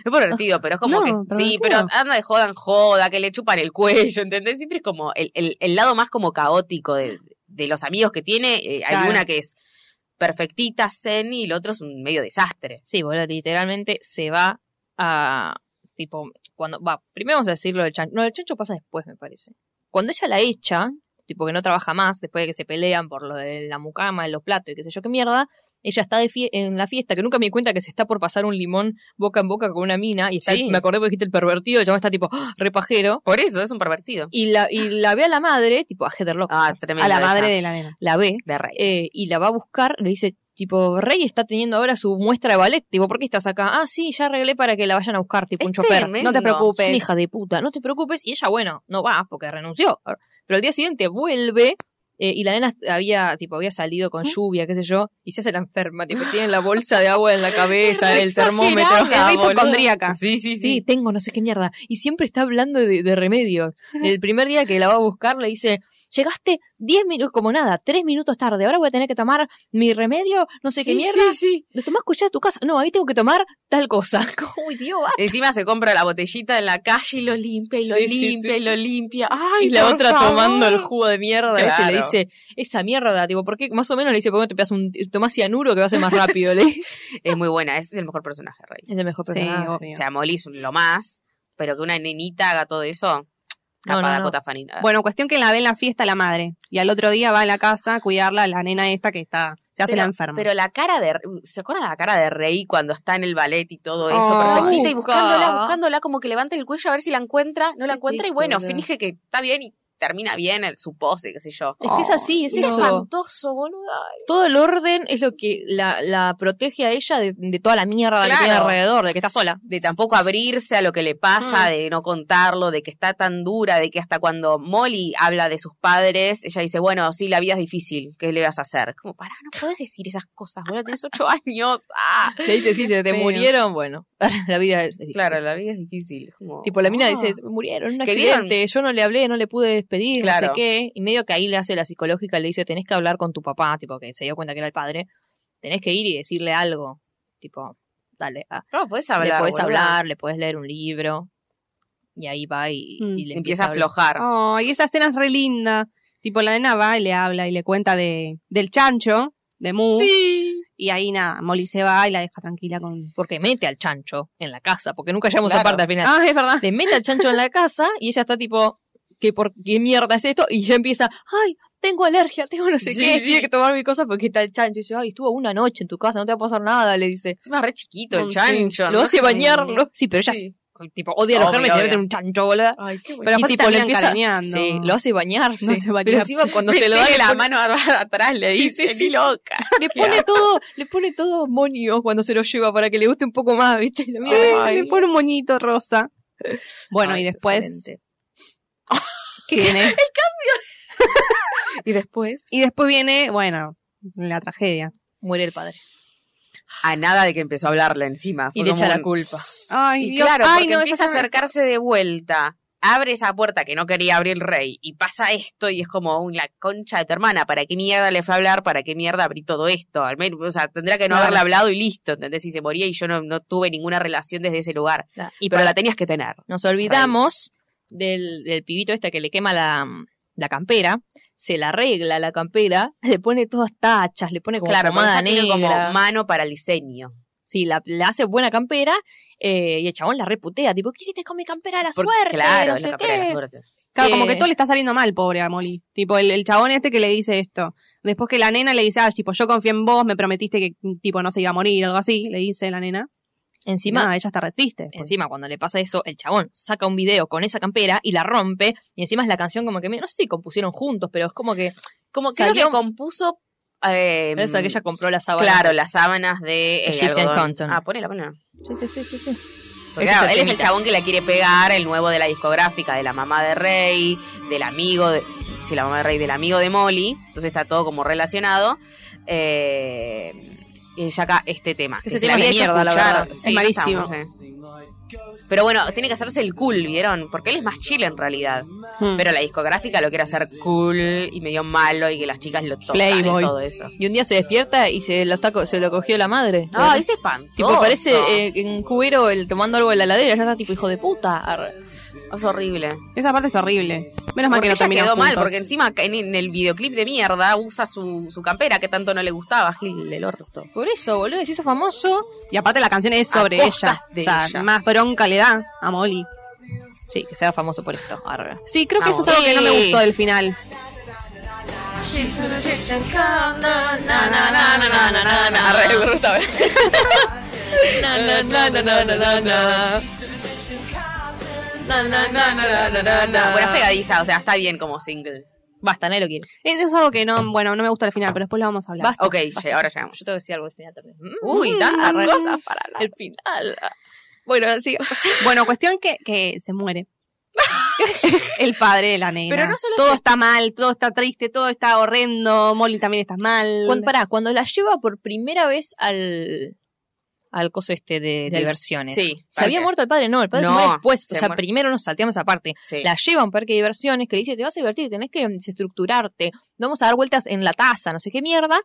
Speaker 1: Es pervertido, pero es como
Speaker 4: No,
Speaker 1: que. Sí,
Speaker 4: pervertido.
Speaker 1: pero anda de joda en joda, que le chupan el cuello, ¿entendés? Siempre es como el, el- el lado más como caótico de, de los amigos que tiene. eh, Hay
Speaker 4: Claro.
Speaker 1: una que es perfectita, zen, y el otro es un medio desastre.
Speaker 3: Sí, boludo, literalmente se va a. Tipo, cuando. Va, primero vamos a decir lo del chancho. No, el chancho pasa después, me parece. Cuando ella la echa, tipo que no trabaja más, después de que se pelean por lo de la mucama, de los platos y qué sé yo qué mierda, ella está de fie- en la fiesta, que nunca me di cuenta que se está por pasar un limón boca en boca con una mina, y está
Speaker 1: Sí.
Speaker 3: ahí, me acordé porque dijiste el pervertido, ya está tipo ¡Ah! repajero,
Speaker 1: Por eso, es un pervertido.
Speaker 3: y la, y la ve a la madre, tipo a Heather Locke,
Speaker 1: Ah, tremendo.
Speaker 4: a la
Speaker 1: esa.
Speaker 4: madre de la nena.
Speaker 3: la ve,
Speaker 1: de Rey.
Speaker 3: eh, y la va a buscar, le dice, tipo, Rey está teniendo ahora su muestra de ballet, tipo, ¿por qué estás acá? Ah, sí, ya arreglé para que la vayan a buscar, tipo, un
Speaker 1: Este
Speaker 3: chofer.
Speaker 1: mes
Speaker 4: No te
Speaker 3: Es
Speaker 4: preocupes.
Speaker 3: una hija de puta, no te preocupes. Y ella, bueno, no va porque renunció. Pero al día siguiente vuelve eh, y la nena había, tipo, había salido con lluvia, qué sé yo, y se hace la enferma, tipo, tiene la bolsa de agua en la cabeza,
Speaker 1: re
Speaker 3: el termómetro.
Speaker 1: exagerada,
Speaker 3: Ah,
Speaker 4: Es
Speaker 1: boludo.
Speaker 4: hipocondríaca.
Speaker 1: Sí, sí,
Speaker 3: Sí, tengo no sé qué mierda. Y siempre está hablando de, de remedios. El primer día que la va a buscar le dice, llegaste 10 minutos, como nada, 3 minutos tarde, ahora voy a tener que tomar mi remedio, no sé qué mierda.
Speaker 1: Sí, sí.
Speaker 3: ¿Lo tomás con ya de tu casa? No, ahí tengo que tomar tal cosa. Uy, Dios, va.
Speaker 1: Encima se compra la botellita en la calle y lo limpia y lo
Speaker 3: Sí, sí,
Speaker 1: limpia
Speaker 3: sí,
Speaker 1: y lo limpia. Ay,
Speaker 3: y la
Speaker 1: por
Speaker 3: otra
Speaker 1: favor.
Speaker 3: tomando el jugo de mierda. Ese
Speaker 1: Claro.
Speaker 3: le dice, esa mierda, tipo, ¿por qué? Más o menos le dice, ¿por qué no te pegas un, tomás cianuro que va a ser más rápido? Le dice.
Speaker 1: Es muy buena, es el mejor personaje, Rey.
Speaker 3: Es el mejor
Speaker 4: Sí,
Speaker 3: personaje.
Speaker 4: obvio.
Speaker 1: O sea, Molly es un- lo más, pero que una nenita haga todo eso,
Speaker 3: No, no,
Speaker 1: capada
Speaker 3: no.
Speaker 1: Cota Fanina.
Speaker 4: Bueno, cuestión que la ve en la fiesta la madre. Y al otro día va a la casa a cuidarla la nena esta que está, se hace la enferma.
Speaker 1: Pero la cara de. uh, ¿Se acuerdan la cara de Rey cuando está en el ballet y todo eso?
Speaker 4: Oh.
Speaker 1: perfectita y
Speaker 3: Busca.
Speaker 1: buscándola, buscándola, como que levanta el cuello a ver si la encuentra. No la
Speaker 3: Qué
Speaker 1: encuentra y
Speaker 3: triste,
Speaker 1: bueno,
Speaker 3: boludo.
Speaker 1: finge que está bien y termina bien el- su pose, qué sé yo.
Speaker 3: Es que es así, es
Speaker 1: Es
Speaker 3: eso.
Speaker 1: espantoso, boluda.
Speaker 3: Todo el orden es lo que la, la protege a ella de, de toda la mierda que
Speaker 1: Claro.
Speaker 3: tiene alrededor, de que está sola.
Speaker 1: de tampoco abrirse a lo que le
Speaker 3: Mm.
Speaker 1: pasa, de no contarlo, de que está tan dura, de que hasta cuando Molly habla de sus padres, ella dice, bueno, sí, la vida es difícil, ¿qué le vas a hacer? Como, pará, no puedes decir esas cosas, bueno, tienes ocho años. Ah.
Speaker 3: Le dice, sí, se te
Speaker 4: feo.
Speaker 3: murieron, bueno, la vida es, es difícil.
Speaker 1: Claro, la vida es difícil. como,
Speaker 3: Tipo, la mina
Speaker 1: ah.
Speaker 3: dice, "Se me murieron en un
Speaker 1: Que vieron-
Speaker 3: accidente, yo no le hablé, no le pude despedir, no
Speaker 1: Claro.
Speaker 3: sé qué. Y medio que ahí le hace la psicológica, le dice, tenés que hablar con tu papá, tipo, que se dio cuenta que era el padre. Tenés que ir y decirle algo. Tipo, dale, ah,
Speaker 1: No, puedes
Speaker 3: le
Speaker 1: hablar.
Speaker 3: podés
Speaker 1: boluda.
Speaker 3: hablar, le podés leer un libro. Y ahí va y,
Speaker 4: Mm.
Speaker 3: y le
Speaker 1: Empieza a
Speaker 3: hablar.
Speaker 1: aflojar.
Speaker 4: Oh, y esa escena es re linda. Tipo, la nena va y le habla y le cuenta de, del chancho, de Mu.
Speaker 1: Sí.
Speaker 4: Y ahí nada, Molly se va y la deja tranquila con.
Speaker 3: Porque mete al chancho en la casa, porque nunca llegamos a
Speaker 1: Claro.
Speaker 3: parte al final.
Speaker 4: Ah, es verdad.
Speaker 3: Le mete al chancho en la casa y ella está tipo, ¿qué, por, qué mierda es esto? Y ya empieza, ay, tengo alergia, tengo no sé
Speaker 1: Sí,
Speaker 3: qué,
Speaker 1: sí.
Speaker 3: tiene que tomar mi cosa porque está el chancho. Y dice, ay, estuvo una noche en tu casa, no te va a pasar nada, le dice.
Speaker 1: Es más re chiquito el
Speaker 4: Sí.
Speaker 1: chancho. ¿no?
Speaker 3: Lo hace bañarlo. Sí, pero ella
Speaker 1: Sí.
Speaker 3: tipo odia los
Speaker 1: Obvio,
Speaker 3: germes y se
Speaker 1: obvio.
Speaker 3: mete en un chancho, boluda.
Speaker 1: Ay, qué bueno.
Speaker 4: Pero
Speaker 3: y
Speaker 4: aparte
Speaker 3: tipo le
Speaker 4: terminan
Speaker 3: empieza,
Speaker 4: cariñando.
Speaker 3: sí, lo hace bañarse.
Speaker 4: No hace
Speaker 3: Pero
Speaker 4: bañarse.
Speaker 3: encima cuando se lo da
Speaker 1: Metele
Speaker 3: le
Speaker 1: la
Speaker 3: pone-
Speaker 1: mano a- atrás, le
Speaker 3: Sí,
Speaker 1: dice,
Speaker 3: sí,
Speaker 1: ni
Speaker 3: sí, sí.
Speaker 1: loca.
Speaker 3: le pone todo, le pone todo moño cuando se lo lleva para que le guste un poco más, ¿viste? La
Speaker 4: Sí,
Speaker 3: mierda.
Speaker 1: Ay.
Speaker 4: le pone un moñito rosa. Bueno,
Speaker 3: Ay,
Speaker 4: y
Speaker 3: es
Speaker 4: después
Speaker 3: excelente.
Speaker 4: viene.
Speaker 1: Y después,
Speaker 4: Y después viene, bueno, la tragedia.
Speaker 3: muere el padre
Speaker 1: a nada de que empezó a hablarle encima.
Speaker 3: y
Speaker 1: fue
Speaker 3: le
Speaker 1: como
Speaker 3: echa
Speaker 1: un-
Speaker 3: la culpa.
Speaker 4: Ay,
Speaker 1: y
Speaker 4: Dios.
Speaker 1: claro,
Speaker 4: Ay,
Speaker 1: porque
Speaker 4: no,
Speaker 1: empieza a
Speaker 4: esa-
Speaker 1: acercarse de vuelta, abre esa puerta que no quería abrir el rey, y pasa esto, y es como "Uy, la concha de tu hermana, ¿para qué mierda le fue a hablar? ¿Para qué mierda abrí todo esto? Al menos, o sea, tendría que no
Speaker 4: Claro.
Speaker 1: haberle hablado y listo, ¿entendés? Y se moría y yo no, no tuve ninguna relación desde ese lugar.
Speaker 3: Y
Speaker 1: Pero
Speaker 3: para-
Speaker 1: la tenías que tener.
Speaker 3: Nos olvidamos del, del pibito este que le quema la, la campera, se la arregla la campera, le pone todas tachas, le pone como
Speaker 1: claro, porque
Speaker 3: pomada
Speaker 1: ella tiene como
Speaker 3: negra.
Speaker 1: mano para el diseño.
Speaker 3: sí, la, le hace buena campera eh, y el chabón la reputea, tipo, ¿qué hiciste con mi campera? La
Speaker 1: Porque,
Speaker 3: suerte,
Speaker 1: claro,
Speaker 3: no
Speaker 1: es
Speaker 3: sé
Speaker 1: la capela de la
Speaker 3: qué.
Speaker 1: suerte.
Speaker 4: Claro, como
Speaker 3: Eh.
Speaker 4: que todo le está saliendo mal, pobre a Molly. Tipo, el, el chabón este que le dice esto. Después que la nena le dice, ah, tipo, yo confié en vos, me prometiste que, tipo, no se iba a morir o algo así, le dice la nena. Y
Speaker 3: Encima,
Speaker 4: nada, ella está re triste. después.
Speaker 3: encima cuando le pasa eso, el chabón saca un video con esa campera y la rompe, y encima es la canción como que, me- no sé si compusieron juntos, pero es como que,
Speaker 1: Como creo
Speaker 3: Salió-
Speaker 1: que compuso. eh,
Speaker 3: es que ella compró la sábana.
Speaker 1: Claro, las sábanas de. eh,
Speaker 3: Egyptian
Speaker 1: algodón.
Speaker 3: Cotton.
Speaker 1: Ah, ponela, ponela.
Speaker 3: Sí, sí, sí, sí, sí.
Speaker 1: Porque,
Speaker 3: Ese
Speaker 1: claro,
Speaker 3: es el
Speaker 1: él es el
Speaker 3: temita.
Speaker 1: chabón que la quiere pegar, el nuevo de la discográfica, de la mamá de Rey, del amigo de. Sí, la mamá de Rey, del amigo de Molly. Entonces está todo como relacionado. Eh, y saca este tema.
Speaker 3: Ese
Speaker 1: que se
Speaker 3: tema
Speaker 1: le había
Speaker 3: es de
Speaker 1: hecho
Speaker 3: mierda, la
Speaker 1: escuchar.
Speaker 3: verdad.
Speaker 1: Sí, no
Speaker 4: Es malísimo.
Speaker 1: estamos, eh. Pero bueno, tiene que hacerse el cool, ¿vieron? Porque él es más chill en realidad.
Speaker 4: Mm.
Speaker 1: Pero la discográfica lo quiere hacer cool y medio malo y que las chicas lo tocan
Speaker 4: Playboy.
Speaker 1: y todo eso.
Speaker 3: Y un día se despierta y se lo, está co- se lo cogió la madre.
Speaker 1: No, ese espantoso.
Speaker 3: Tipo, parece eh, en cubero el tomando algo de la heladera, ya está tipo hijo de puta. Arre.
Speaker 1: Es horrible.
Speaker 4: Esa parte es horrible. Menos mal
Speaker 1: porque
Speaker 4: que no
Speaker 1: ella
Speaker 4: terminó
Speaker 1: quedó mal, porque encima en, en el videoclip de mierda usa su, su campera que tanto no le gustaba, Gil del orto.
Speaker 3: Por eso, boludo, se hizo famoso.
Speaker 4: Y aparte la canción es sobre
Speaker 1: A costas
Speaker 4: ella.
Speaker 1: de
Speaker 4: o sea,
Speaker 1: ella.
Speaker 4: más bronca le da a Molly.
Speaker 3: Sí, que sea famoso por esto. Arre.
Speaker 4: Sí, creo que eso es
Speaker 3: Vamos.
Speaker 4: algo que no me
Speaker 3: Sí.
Speaker 4: gustó del final.
Speaker 1: Arre, me gusta, a ver. Bueno, es pegadiza, o sea, está bien como single.
Speaker 3: Basta, nadie lo quiere.
Speaker 4: Eso es algo que no, bueno, no me gusta el final, pero después lo vamos a hablar.
Speaker 3: Basta.
Speaker 1: Ok, lle- ahora llegamos.
Speaker 3: Yo tengo que decir algo del final también. Mm,
Speaker 1: Uy, tantas
Speaker 3: Arre.
Speaker 1: cosas para hablar.
Speaker 3: El final. Bueno, sí.
Speaker 4: Bueno, cuestión que, que se muere. el padre de la nena.
Speaker 1: Pero no solo
Speaker 4: todo
Speaker 1: se-
Speaker 4: está mal, todo está triste, todo está horrendo. Molly también está mal.
Speaker 3: Cuando, pará, cuando la lleva por primera vez al, al coso este de
Speaker 1: Del-
Speaker 3: diversiones.
Speaker 1: Sí.
Speaker 3: ¿Se había
Speaker 1: parque.
Speaker 3: muerto el padre? No, el padre
Speaker 1: No,
Speaker 3: se muere después.
Speaker 1: se
Speaker 3: o sea,
Speaker 1: muere.
Speaker 3: primero nos salteamos esa parte.
Speaker 1: Sí.
Speaker 3: La lleva a un parque de diversiones que le dice, te vas a divertir, tenés que desestructurarte, vamos a dar vueltas en la taza, no sé qué mierda,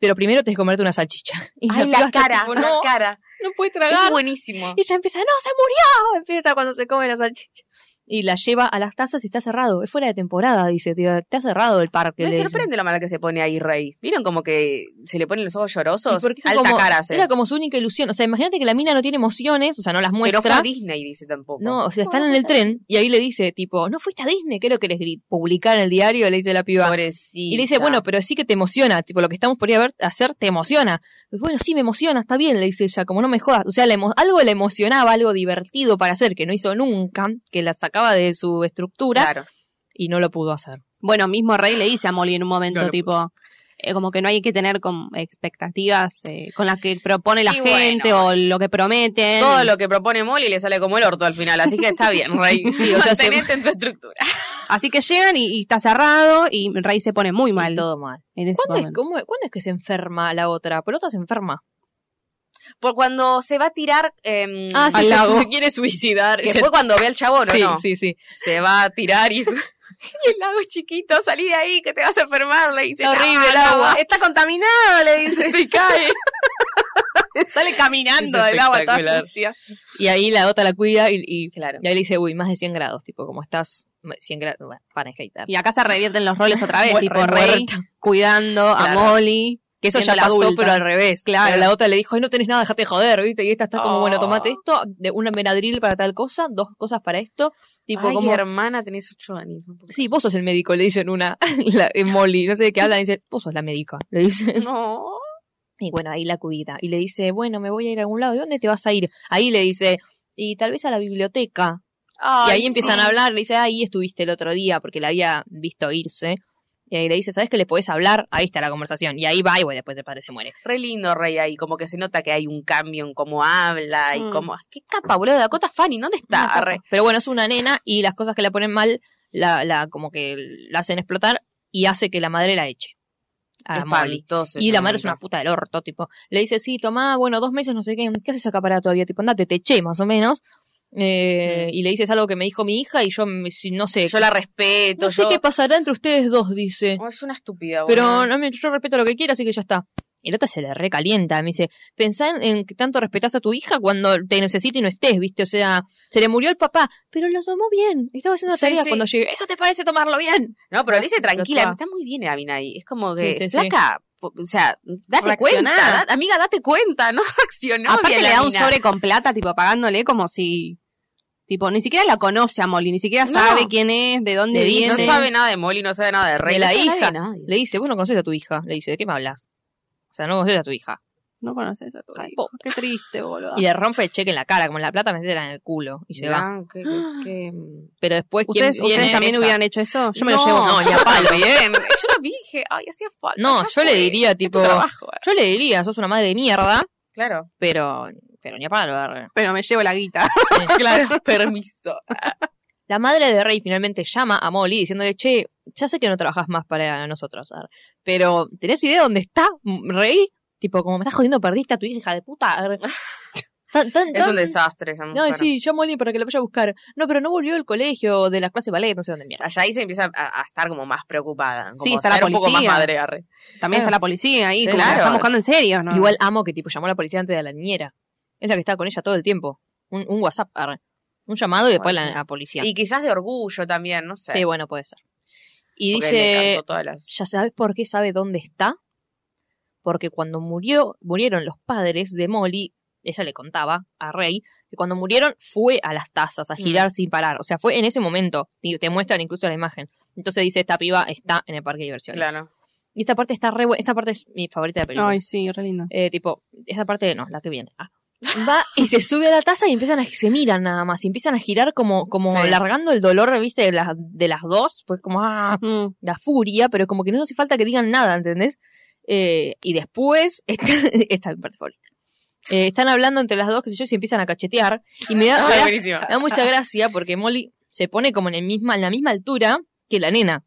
Speaker 3: pero primero tenés que comerte una salchicha. Y
Speaker 1: Ay,
Speaker 3: piba
Speaker 1: la
Speaker 3: está
Speaker 1: cara,
Speaker 3: tipo,
Speaker 1: la
Speaker 3: no,
Speaker 1: cara.
Speaker 3: no puede
Speaker 1: Es
Speaker 3: tragar.
Speaker 1: buenísimo.
Speaker 3: Y ella empieza, no, se murió. Empieza cuando se come la salchicha. Y la lleva a las tazas y está cerrado. Es fuera de temporada, dice, tío, está cerrado el parque.
Speaker 1: Me
Speaker 3: le dice.
Speaker 1: sorprende lo mala que se pone ahí Rey. ¿Vieron como que se le ponen los ojos
Speaker 3: Y
Speaker 1: llorosos?
Speaker 3: porque
Speaker 1: Alta
Speaker 3: como-
Speaker 1: cara hace.
Speaker 3: Era como su única ilusión. O sea, imagínate que la mina no tiene emociones, o sea, no las
Speaker 1: Pero fue
Speaker 3: muestra.
Speaker 1: a Disney, dice tampoco.
Speaker 3: No, o sea, están en el tren y ahí le dice, tipo, no fuiste a Disney, creo que les gri- publicar en el diario, le dice la piba.
Speaker 1: Pobrecita.
Speaker 3: Y le dice, bueno, pero sí que te emociona, tipo, lo que estamos por ir a ver, hacer te emociona. Pues, bueno, sí, me emociona, está bien, le dice ella, como no me jodas. O sea, la emo- algo le emocionaba, algo divertido para hacer, que no hizo nunca, que la sacaba de su estructura
Speaker 1: Claro.
Speaker 3: y no lo pudo hacer.
Speaker 4: Bueno, mismo Rey le dice a Molly en un momento,
Speaker 1: No lo
Speaker 4: tipo, eh, como que no hay que tener como expectativas eh, con las que propone la
Speaker 1: Y
Speaker 4: gente
Speaker 1: bueno.
Speaker 4: o lo que prometen.
Speaker 1: Todo lo que propone Molly le sale como el orto al final, así que está bien, Rey.
Speaker 3: Sí, o sea, se-
Speaker 1: Mantenete en tu estructura.
Speaker 4: Así que llegan y, y está cerrado y Rey se pone muy mal
Speaker 3: Y todo mal.
Speaker 4: en ese
Speaker 3: ¿Cuándo es,
Speaker 4: momento.
Speaker 3: cómo- ¿Cuándo es que se enferma la otra? Pero la otra se enferma.
Speaker 1: Por cuando se va a tirar em,
Speaker 3: Ah, sí,
Speaker 1: al
Speaker 3: se-
Speaker 1: lago.
Speaker 3: se quiere suicidar.
Speaker 1: Que fue cuando ve al chabón, ¿o
Speaker 3: sí,
Speaker 1: no?
Speaker 3: sí, sí.
Speaker 1: Se va a tirar y... y el lago es chiquito, salí de ahí que te vas a enfermar, le dice.
Speaker 4: Es horrible el
Speaker 3: Ah,
Speaker 1: "No, no".
Speaker 4: agua. Está contaminado, le dice.
Speaker 1: Se cae.
Speaker 4: Sale caminando
Speaker 1: Es
Speaker 4: del agua toda
Speaker 1: espectacular.
Speaker 4: sucia.
Speaker 3: Y ahí la otra la cuida y, y,
Speaker 1: Claro.
Speaker 3: y ahí le dice, uy, más de 100 grados, tipo, como estás, 100 grados, bueno, para enjaitar.
Speaker 4: Y acá se revierten los roles otra vez,
Speaker 3: Mu-
Speaker 4: tipo
Speaker 3: re
Speaker 4: Rey
Speaker 3: muerta.
Speaker 4: cuidando
Speaker 1: Claro.
Speaker 4: a Molly.
Speaker 3: Que eso ya
Speaker 4: siendo la
Speaker 3: pasó,
Speaker 4: adulta.
Speaker 3: pero al revés.
Speaker 4: Claro.
Speaker 3: Claro. la otra le dijo, "Ay, no tenés nada, dejate de joder, ¿viste? Y esta está como,
Speaker 1: Oh.
Speaker 3: bueno, tomate esto, de una menadril para tal cosa, dos cosas para esto. Tipo,
Speaker 1: Ay,
Speaker 3: como.
Speaker 1: hermana, tenés ocho años. no puedo
Speaker 3: Sí, vos sos el médico, le dicen una, la, en Molly, no sé de qué hablan, dice, vos sos la médica, le dicen.
Speaker 1: creer. No.
Speaker 3: Y bueno, ahí la cuida. Y le dice, bueno, me voy a ir a algún lado, ¿y dónde te vas a ir? Ahí le dice, y tal vez a la biblioteca. y ahí empiezan a hablar, le dice, "Ah, ahí estuviste el otro día, porque la había visto irse. Y ahí le dice, ¿sabes que le podés hablar? Ahí está la conversación. Y ahí va y bueno, después el padre se muere.
Speaker 1: Re lindo Rey ahí, como que se nota que hay un cambio en cómo habla y
Speaker 4: Mm.
Speaker 1: cómo... ¿Qué capa, boludo? Dakota Fanny, ¿dónde está?
Speaker 3: Una
Speaker 1: Arre.
Speaker 3: capa. Pero bueno, es una nena y las cosas que la ponen mal, la, la como que la hacen explotar y hace que la madre la eche. A Molly.
Speaker 1: Espantoso
Speaker 3: Y
Speaker 1: ese
Speaker 3: la madre es una
Speaker 1: momento.
Speaker 3: puta del orto, tipo. Le dice, sí, tomá, bueno, dos meses, no sé qué, ¿qué haces acá parada todavía? Tipo, andate, te eché, más o menos. Eh, Y le dices algo que me dijo mi hija y yo, me- si- no sé.
Speaker 1: Mm. Yo la respeto.
Speaker 3: no sé
Speaker 1: yo-
Speaker 3: qué pasará entre ustedes dos, dice.
Speaker 1: Oh, es una estúpida,
Speaker 3: Pero
Speaker 1: boludo.
Speaker 3: no, me- yo respeto lo que quiera, así que ya está. El otro se le recalienta, me dice, pensá en, en que tanto respetás a tu hija cuando te necesite y no estés, ¿viste? O sea, se le murió el papá, pero lo tomó bien. Estaba haciendo la
Speaker 1: Sí,
Speaker 3: tarea
Speaker 1: sí.
Speaker 3: cuando llegué. ¿Eso te parece tomarlo bien?
Speaker 1: No, pero le dice
Speaker 3: Explotó.
Speaker 1: tranquila, está muy bien Amina ahí. Es como que,
Speaker 3: Sí, sí, sí.
Speaker 1: flaca, po- o sea, date
Speaker 4: Reaccioná.
Speaker 1: cuenta, da- amiga, date cuenta, no reaccionó
Speaker 4: Aparte
Speaker 1: bien
Speaker 4: le
Speaker 1: la
Speaker 4: da un
Speaker 1: mina.
Speaker 4: sobre con plata, tipo, pagándole como si... Tipo, ni siquiera la conoce a Molly, ni siquiera
Speaker 1: No.
Speaker 4: sabe quién es, de dónde
Speaker 3: Le
Speaker 4: viene.
Speaker 3: dice-
Speaker 1: No sabe nada de Molly, no sabe nada de Rey.
Speaker 3: De
Speaker 1: no
Speaker 3: la
Speaker 1: sabe nada
Speaker 3: hija.
Speaker 1: de nadie.
Speaker 3: Le dice, vos no conocés a tu hija. Le dice, ¿de qué me hablas? O sea, no conoces a tu hija.
Speaker 4: No conoces a tu
Speaker 3: Ay,
Speaker 4: hijo. Qué triste, boludo.
Speaker 3: Y le rompe el cheque en la cara, como la plata me en el culo. Y se va.
Speaker 1: Ah, qué- qué- qué-
Speaker 3: Pero después, ¿quién
Speaker 4: ¿Ustedes,
Speaker 3: viene?
Speaker 4: ustedes también
Speaker 3: Esa.
Speaker 4: hubieran hecho eso? Yo me
Speaker 1: No,
Speaker 4: lo llevo.
Speaker 1: No, ni a palo, bien. Yo lo dije, ay, hacía falta.
Speaker 3: No,
Speaker 1: ya
Speaker 3: yo le
Speaker 1: fue.
Speaker 3: diría,
Speaker 1: Es tu
Speaker 3: tipo-
Speaker 1: trabajo, eh.
Speaker 3: Yo le diría, sos una madre de mierda,
Speaker 1: Claro.
Speaker 3: pero, pero ni a palo. arre.
Speaker 4: Pero me llevo la guita.
Speaker 1: Claro, permiso.
Speaker 3: La madre de Rey finalmente llama a Molly diciéndole, che, ya sé que no trabajas más para nosotros, ar, pero ¿tenés idea dónde está mm, Rey? Tipo, como me estás jodiendo, perdiste a tu hija, hija de puta. ar. Tan- tan-
Speaker 1: Es
Speaker 3: tan-
Speaker 1: un desastre esa mujer.
Speaker 3: No, y sí, llamo a Molly para que la vaya a buscar. No, pero no volvió del colegio, de la clase de ballet, no sé dónde mierda.
Speaker 1: Allá ahí se empieza a, a estar como más preocupada. Como
Speaker 4: Sí, está la
Speaker 1: ser un poco
Speaker 4: policía.
Speaker 1: más madre, arre.
Speaker 4: También
Speaker 3: Claro.
Speaker 4: está la policía ahí,
Speaker 3: Sí,
Speaker 4: como que la
Speaker 1: claro.
Speaker 4: están buscando en serio, ¿no?
Speaker 3: Igual amo que tipo llamó a la policía antes de la niñera. Es la que estaba con ella todo el tiempo. Un, un WhatsApp, ar. un llamado y después
Speaker 1: Bueno,
Speaker 3: la,
Speaker 1: sí.
Speaker 3: la policía.
Speaker 1: Y quizás de orgullo también, no sé.
Speaker 3: sí, bueno, puede ser. Y
Speaker 1: porque le
Speaker 3: dice,
Speaker 1: cantó todas las-
Speaker 3: ¿Ya sabes por qué sabe dónde está? Porque cuando murió, murieron los padres de Molly, ella le contaba a Rey que cuando murieron fue a las tazas, a
Speaker 1: Mm.
Speaker 3: girar sin parar. O sea, fue en ese momento. Y te muestran incluso la imagen. Entonces dice, esta piba está en el parque de diversiones.
Speaker 1: Claro.
Speaker 3: Y esta parte está re buena. Esta parte es mi favorita de la película.
Speaker 4: Ay, sí, re lindo.
Speaker 3: Eh, tipo, esa parte no, la que viene. Ah. Va y se sube a la taza y empiezan a se miran nada más, y empiezan a girar como, como
Speaker 1: Sí.
Speaker 3: largando el dolor, viste, de las, de las dos, pues como ah,
Speaker 4: Mm.
Speaker 3: la furia, pero como que no hace falta que digan nada, ¿entendés? Eh, y después, esta, esta es mi parte favorita. Eh, están hablando entre las dos, qué sé yo, y se empiezan a cachetear. Y me da,
Speaker 1: Ah,
Speaker 3: me da-
Speaker 1: buenísimo.
Speaker 3: me da mucha gracia porque Molly se pone como en, el misma, en la misma altura que la nena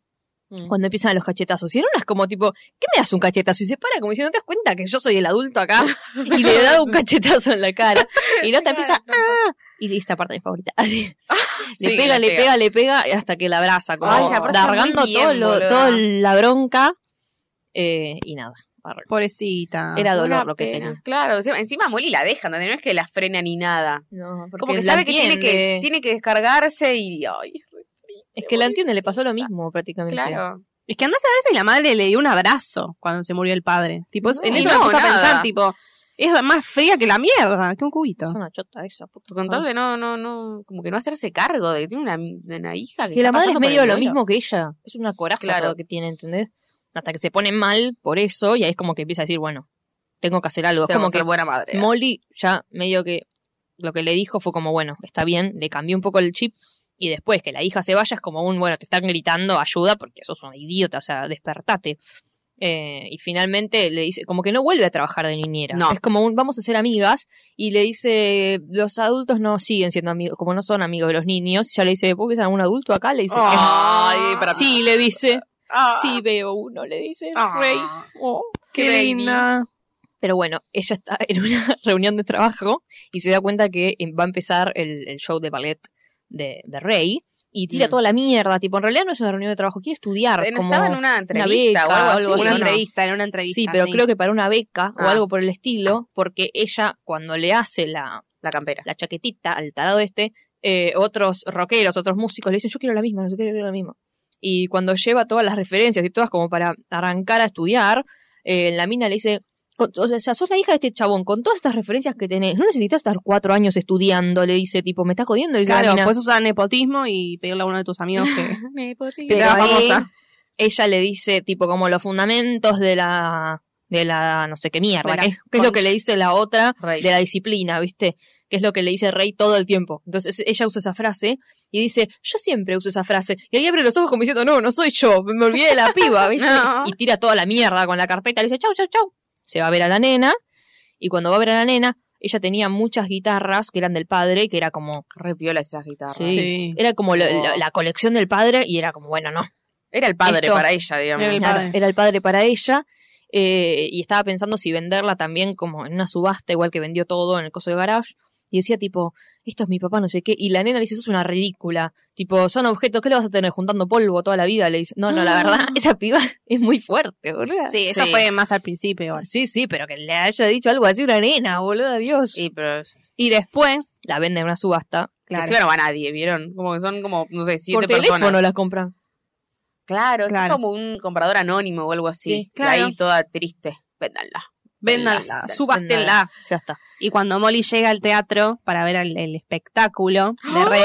Speaker 3: cuando empiezan los cachetazos. Y en unas como tipo, ¿qué me das un cachetazo? Y se para como si no te das cuenta que yo soy el adulto acá. Y le da un cachetazo en la cara. Y la otra empieza, ¡ah! Y esta parte es mi favorita. Así. le
Speaker 1: Sí,
Speaker 3: pega, le pega, le pega, y hasta que la abraza, como
Speaker 1: Ay, se abraza
Speaker 3: largando
Speaker 1: muy bien,
Speaker 3: todo lo,
Speaker 1: boluda.
Speaker 3: todo la bronca. Eh, y nada. barro.
Speaker 4: Pobrecita.
Speaker 3: Era dolor
Speaker 1: Una
Speaker 3: lo que
Speaker 1: pena.
Speaker 3: tenía.
Speaker 1: Claro, encima- encima Molly la deja, ¿no? no es que la frena ni nada. Como que
Speaker 3: la
Speaker 1: sabe que tiene, que
Speaker 3: entiende.
Speaker 1: tiene que descargarse y. Ay,
Speaker 3: Es que la entiende, le pasó lo mismo prácticamente.
Speaker 1: claro.
Speaker 4: Es que andás a ver si la madre le dio un abrazo cuando se murió el padre. Tipo, es-
Speaker 1: No,
Speaker 4: en eso
Speaker 1: no,
Speaker 4: me puse
Speaker 1: nada.
Speaker 4: a pensar, tipo, es más fría que la mierda, que un cubito.
Speaker 3: Es una chota esa, puta.
Speaker 1: Con tal de no, no, no. Como que no hacerse cargo de que tiene una, de una hija.
Speaker 3: Que la
Speaker 1: está
Speaker 3: madre es
Speaker 1: pasando por
Speaker 3: medio
Speaker 1: el
Speaker 3: lo
Speaker 1: duelo.
Speaker 3: mismo que ella. Es una coraza
Speaker 1: Claro.
Speaker 3: todo que tiene, ¿entendés? Hasta que se pone mal por eso y ahí es como que empieza a decir, bueno, tengo que hacer algo. Es
Speaker 1: Tengo
Speaker 3: como
Speaker 1: que
Speaker 3: que
Speaker 1: ser buena madre.
Speaker 3: Molly ya medio que lo que le dijo fue como, bueno, está bien, le cambió un poco el chip y después que la hija se vaya es como un, bueno, te están gritando, ayuda porque sos una idiota, o sea, despertate. Eh, y finalmente le dice, como que no vuelve a trabajar de niñera.
Speaker 1: No.
Speaker 3: Es como un, vamos a ser amigas. Y le dice, los adultos no siguen siendo amigos, como no son amigos de los niños. Y ya le dice, ¿vos ves a algún adulto acá? Le dice, Ah,
Speaker 1: Ay, para-
Speaker 3: sí, le dice,
Speaker 1: Ah,
Speaker 3: sí veo uno, le dice,
Speaker 4: Ah,
Speaker 3: Rey. Oh.
Speaker 4: Qué,
Speaker 1: baby.
Speaker 4: linda.
Speaker 3: Pero bueno, ella está en una reunión de trabajo y se da cuenta que em- va a empezar el, el show de ballet de, de Rey y tira
Speaker 1: Mm.
Speaker 3: toda la mierda. Tipo, en realidad no es una reunión de trabajo, quiere estudiar.
Speaker 1: No
Speaker 3: como...
Speaker 1: estaba en una entrevista
Speaker 3: beca
Speaker 1: o
Speaker 3: o
Speaker 1: algo
Speaker 3: algo
Speaker 1: así.
Speaker 3: así,
Speaker 4: una
Speaker 1: ¿no?
Speaker 3: no.
Speaker 4: entrevista, en una entrevista.
Speaker 3: Sí, pero creo que para una beca o
Speaker 1: Ah.
Speaker 3: algo por el estilo, porque ella cuando le hace la,
Speaker 1: La campera.
Speaker 3: la chaquetita al tarado este, eh, otros rockeros, otros músicos le dicen, yo quiero la misma, no sé qué, yo quiero la misma. Y cuando lleva todas las referencias y todas como para arrancar a estudiar, eh, la mina le dice, "Con- o sea, sos la hija de este chabón, con todas estas referencias que tenés, no necesitas estar cuatro años estudiando, le dice, tipo, me estás jodiendo, le dice la
Speaker 4: Claro, pues,
Speaker 3: mina.
Speaker 4: puedes usar nepotismo y pedirle a uno de tus amigos que...
Speaker 3: Pero
Speaker 4: Era
Speaker 3: ahí
Speaker 4: famosa.
Speaker 3: ella le dice, tipo, como los fundamentos de la, de la, no sé qué mierda,
Speaker 4: De la
Speaker 3: que, es- que es lo que le dice la otra,
Speaker 1: Rey.
Speaker 3: de la disciplina, ¿viste? Que es lo que le dice Rey todo el tiempo. Entonces ella usa esa frase y dice, yo siempre uso esa frase. Y ahí abre los ojos como diciendo, no, no soy yo, me olvidé de la piba, ¿viste?
Speaker 1: No.
Speaker 3: Y tira toda la mierda con la carpeta, le dice, chau, chau, chau. Se va a ver a la nena y cuando va a ver a la nena, ella tenía muchas guitarras que eran del padre, que era como,
Speaker 1: Re piola esas guitarras.
Speaker 3: Sí. era como lo- lo- la colección del padre y era como, bueno, no.
Speaker 1: Era el padre
Speaker 3: Esto-
Speaker 1: para ella, digamos.
Speaker 4: Era el
Speaker 3: Claro,
Speaker 4: padre.
Speaker 3: era el padre para ella. eh, y estaba pensando si venderla también como en una subasta, igual que vendió todo en el coso de garage. Y decía tipo, esto es mi papá, no sé qué. Y la nena le dice, sos una ridícula. Tipo, son objetos, ¿qué le vas a tener juntando polvo toda la vida? Le dice, no, no, la verdad, esa piba es muy fuerte, boludo.
Speaker 4: Sí, eso
Speaker 1: Ah. Sí.
Speaker 4: fue más al principio. igual.
Speaker 3: Sí, sí, pero que le haya dicho algo así a una nena, boludo, Dios.
Speaker 1: Sí, pero
Speaker 4: Y después,
Speaker 3: la vende en una subasta.
Speaker 4: Claro.
Speaker 1: encima no va nadie, ¿vieron? Como que son como, no sé, siete
Speaker 3: Por teléfono
Speaker 1: personas.
Speaker 3: la compran.
Speaker 1: Claro,
Speaker 4: Claro.
Speaker 1: es como un comprador anónimo o algo así.
Speaker 3: Sí,
Speaker 4: claro.
Speaker 1: Ahí toda triste. Véndanla.
Speaker 4: véndanla,
Speaker 1: Véndanla.
Speaker 4: subastenla.
Speaker 3: Ya está.
Speaker 4: Y cuando Molly llega al teatro para ver el, el espectáculo de Rey,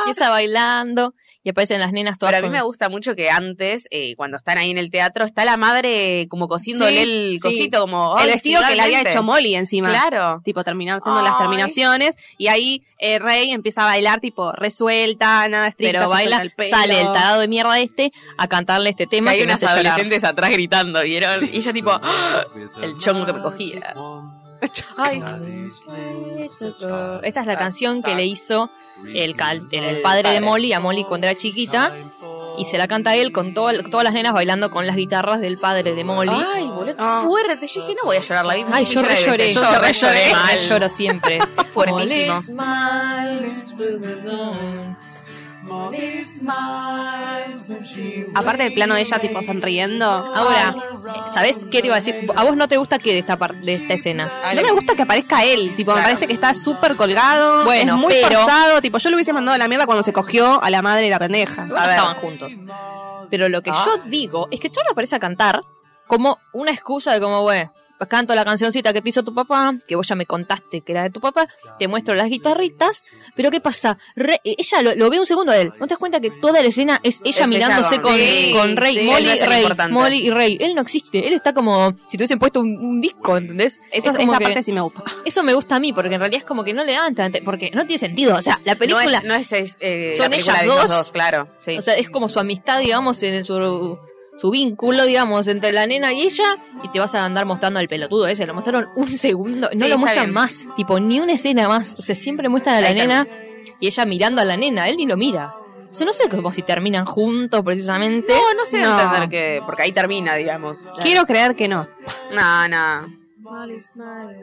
Speaker 3: Empieza bailando y aparecen las nenas todas
Speaker 1: Ah. Pero a mí
Speaker 3: con-
Speaker 1: me gusta mucho que antes, eh, cuando están ahí en el teatro, está la madre como cosiéndole
Speaker 4: Sí,
Speaker 1: el
Speaker 4: sí.
Speaker 1: cosito, como "Ay,
Speaker 4: el vestido
Speaker 1: sí,
Speaker 4: que le había
Speaker 1: realmente".
Speaker 4: hecho Molly encima.
Speaker 1: Claro.
Speaker 4: Tipo, terminando haciendo las
Speaker 1: Ay.
Speaker 4: terminaciones. Y ahí eh, Rey empieza a bailar, tipo, resuelta, nada estricta.
Speaker 3: pero
Speaker 4: se suelta
Speaker 3: baila,
Speaker 4: el pelo.
Speaker 3: sale el tarado de mierda este a cantarle este
Speaker 1: Que
Speaker 3: tema.
Speaker 1: hay
Speaker 3: que me
Speaker 1: unas
Speaker 3: hace llorar.
Speaker 1: adolescentes atrás gritando, ¿vieron? Y ella tipo, "Ah", el
Speaker 2: El
Speaker 1: chongo
Speaker 2: chongo
Speaker 1: que me cogía.
Speaker 2: Ay.
Speaker 3: Esta es la canción que le hizo el, cal- el
Speaker 1: El
Speaker 3: padre
Speaker 1: padre.
Speaker 3: de Molly a Molly cuando era chiquita y se la canta él con todo- todas las nenas bailando con las guitarras del padre de Molly.
Speaker 1: Ay, boludo, qué
Speaker 4: Ah.
Speaker 1: fuerte. Yo dije, no voy a llorar la misma.
Speaker 3: Ay, yo re lloré.
Speaker 1: Yo re lloré
Speaker 3: Yo
Speaker 1: mal.
Speaker 3: lloro siempre.
Speaker 1: Fuertísimo.
Speaker 4: Aparte del plano de ella, tipo, sonriendo.
Speaker 3: Ahora, ¿sabes qué te iba a decir? A vos no te gusta que de esta, par- de esta escena.
Speaker 4: No me gusta que aparezca él, tipo, me
Speaker 1: Claro.
Speaker 4: parece que está súper colgado,
Speaker 3: Bueno,
Speaker 4: es muy
Speaker 3: pero-
Speaker 4: forzado, tipo, yo le hubiese mandado a la mierda cuando se cogió a la madre de la pendeja.
Speaker 3: Igual
Speaker 1: A
Speaker 3: no
Speaker 1: ver.
Speaker 3: estaban juntos. Pero lo que
Speaker 1: Ah.
Speaker 3: yo digo es que Charlie aparece a cantar como una excusa de como, güey, canto la cancioncita que te hizo tu papá, que vos ya me contaste que era de tu papá, te muestro las guitarritas, pero ¿qué pasa? Re- eh, ella lo, lo ve un segundo a él. ¿No te das cuenta que toda la escena es ella
Speaker 1: Es
Speaker 3: mirándose
Speaker 1: ella,
Speaker 3: con,
Speaker 1: sí,
Speaker 3: con Rey,
Speaker 1: sí,
Speaker 3: Molly,
Speaker 1: él es el
Speaker 3: Rey,
Speaker 1: importante.
Speaker 3: Molly y Rey? Él no existe, él está como si te hubiesen puesto un, un disco, ¿entendés?
Speaker 4: Eso,
Speaker 3: Es como
Speaker 4: esa
Speaker 3: que-
Speaker 4: parte sí me gusta.
Speaker 3: Eso me gusta a mí, porque en realidad es como que no le dan tanta- porque no tiene sentido. O sea, la película.
Speaker 1: No es, no es, es, eh,
Speaker 3: Son
Speaker 1: la película
Speaker 3: ellas
Speaker 1: de ellos
Speaker 3: dos.
Speaker 1: dos, claro. Sí.
Speaker 3: O sea, es como su amistad, digamos, en su, su vínculo, digamos, entre la nena y ella. Y te vas a andar mostrando al pelotudo ese. Lo mostraron un segundo.
Speaker 1: Sí,
Speaker 3: No
Speaker 1: está
Speaker 3: lo muestran
Speaker 1: bien.
Speaker 3: más. Tipo, ni una escena más. O sea, siempre muestran a la
Speaker 1: Ahí
Speaker 3: nena y ella mirando a la nena. Él ni lo mira. O sea, no sé como si terminan juntos precisamente.
Speaker 1: Oh, no, no sé
Speaker 4: No.
Speaker 1: entender que. Porque ahí termina, digamos.
Speaker 4: Quiero creer que no.
Speaker 1: No, no.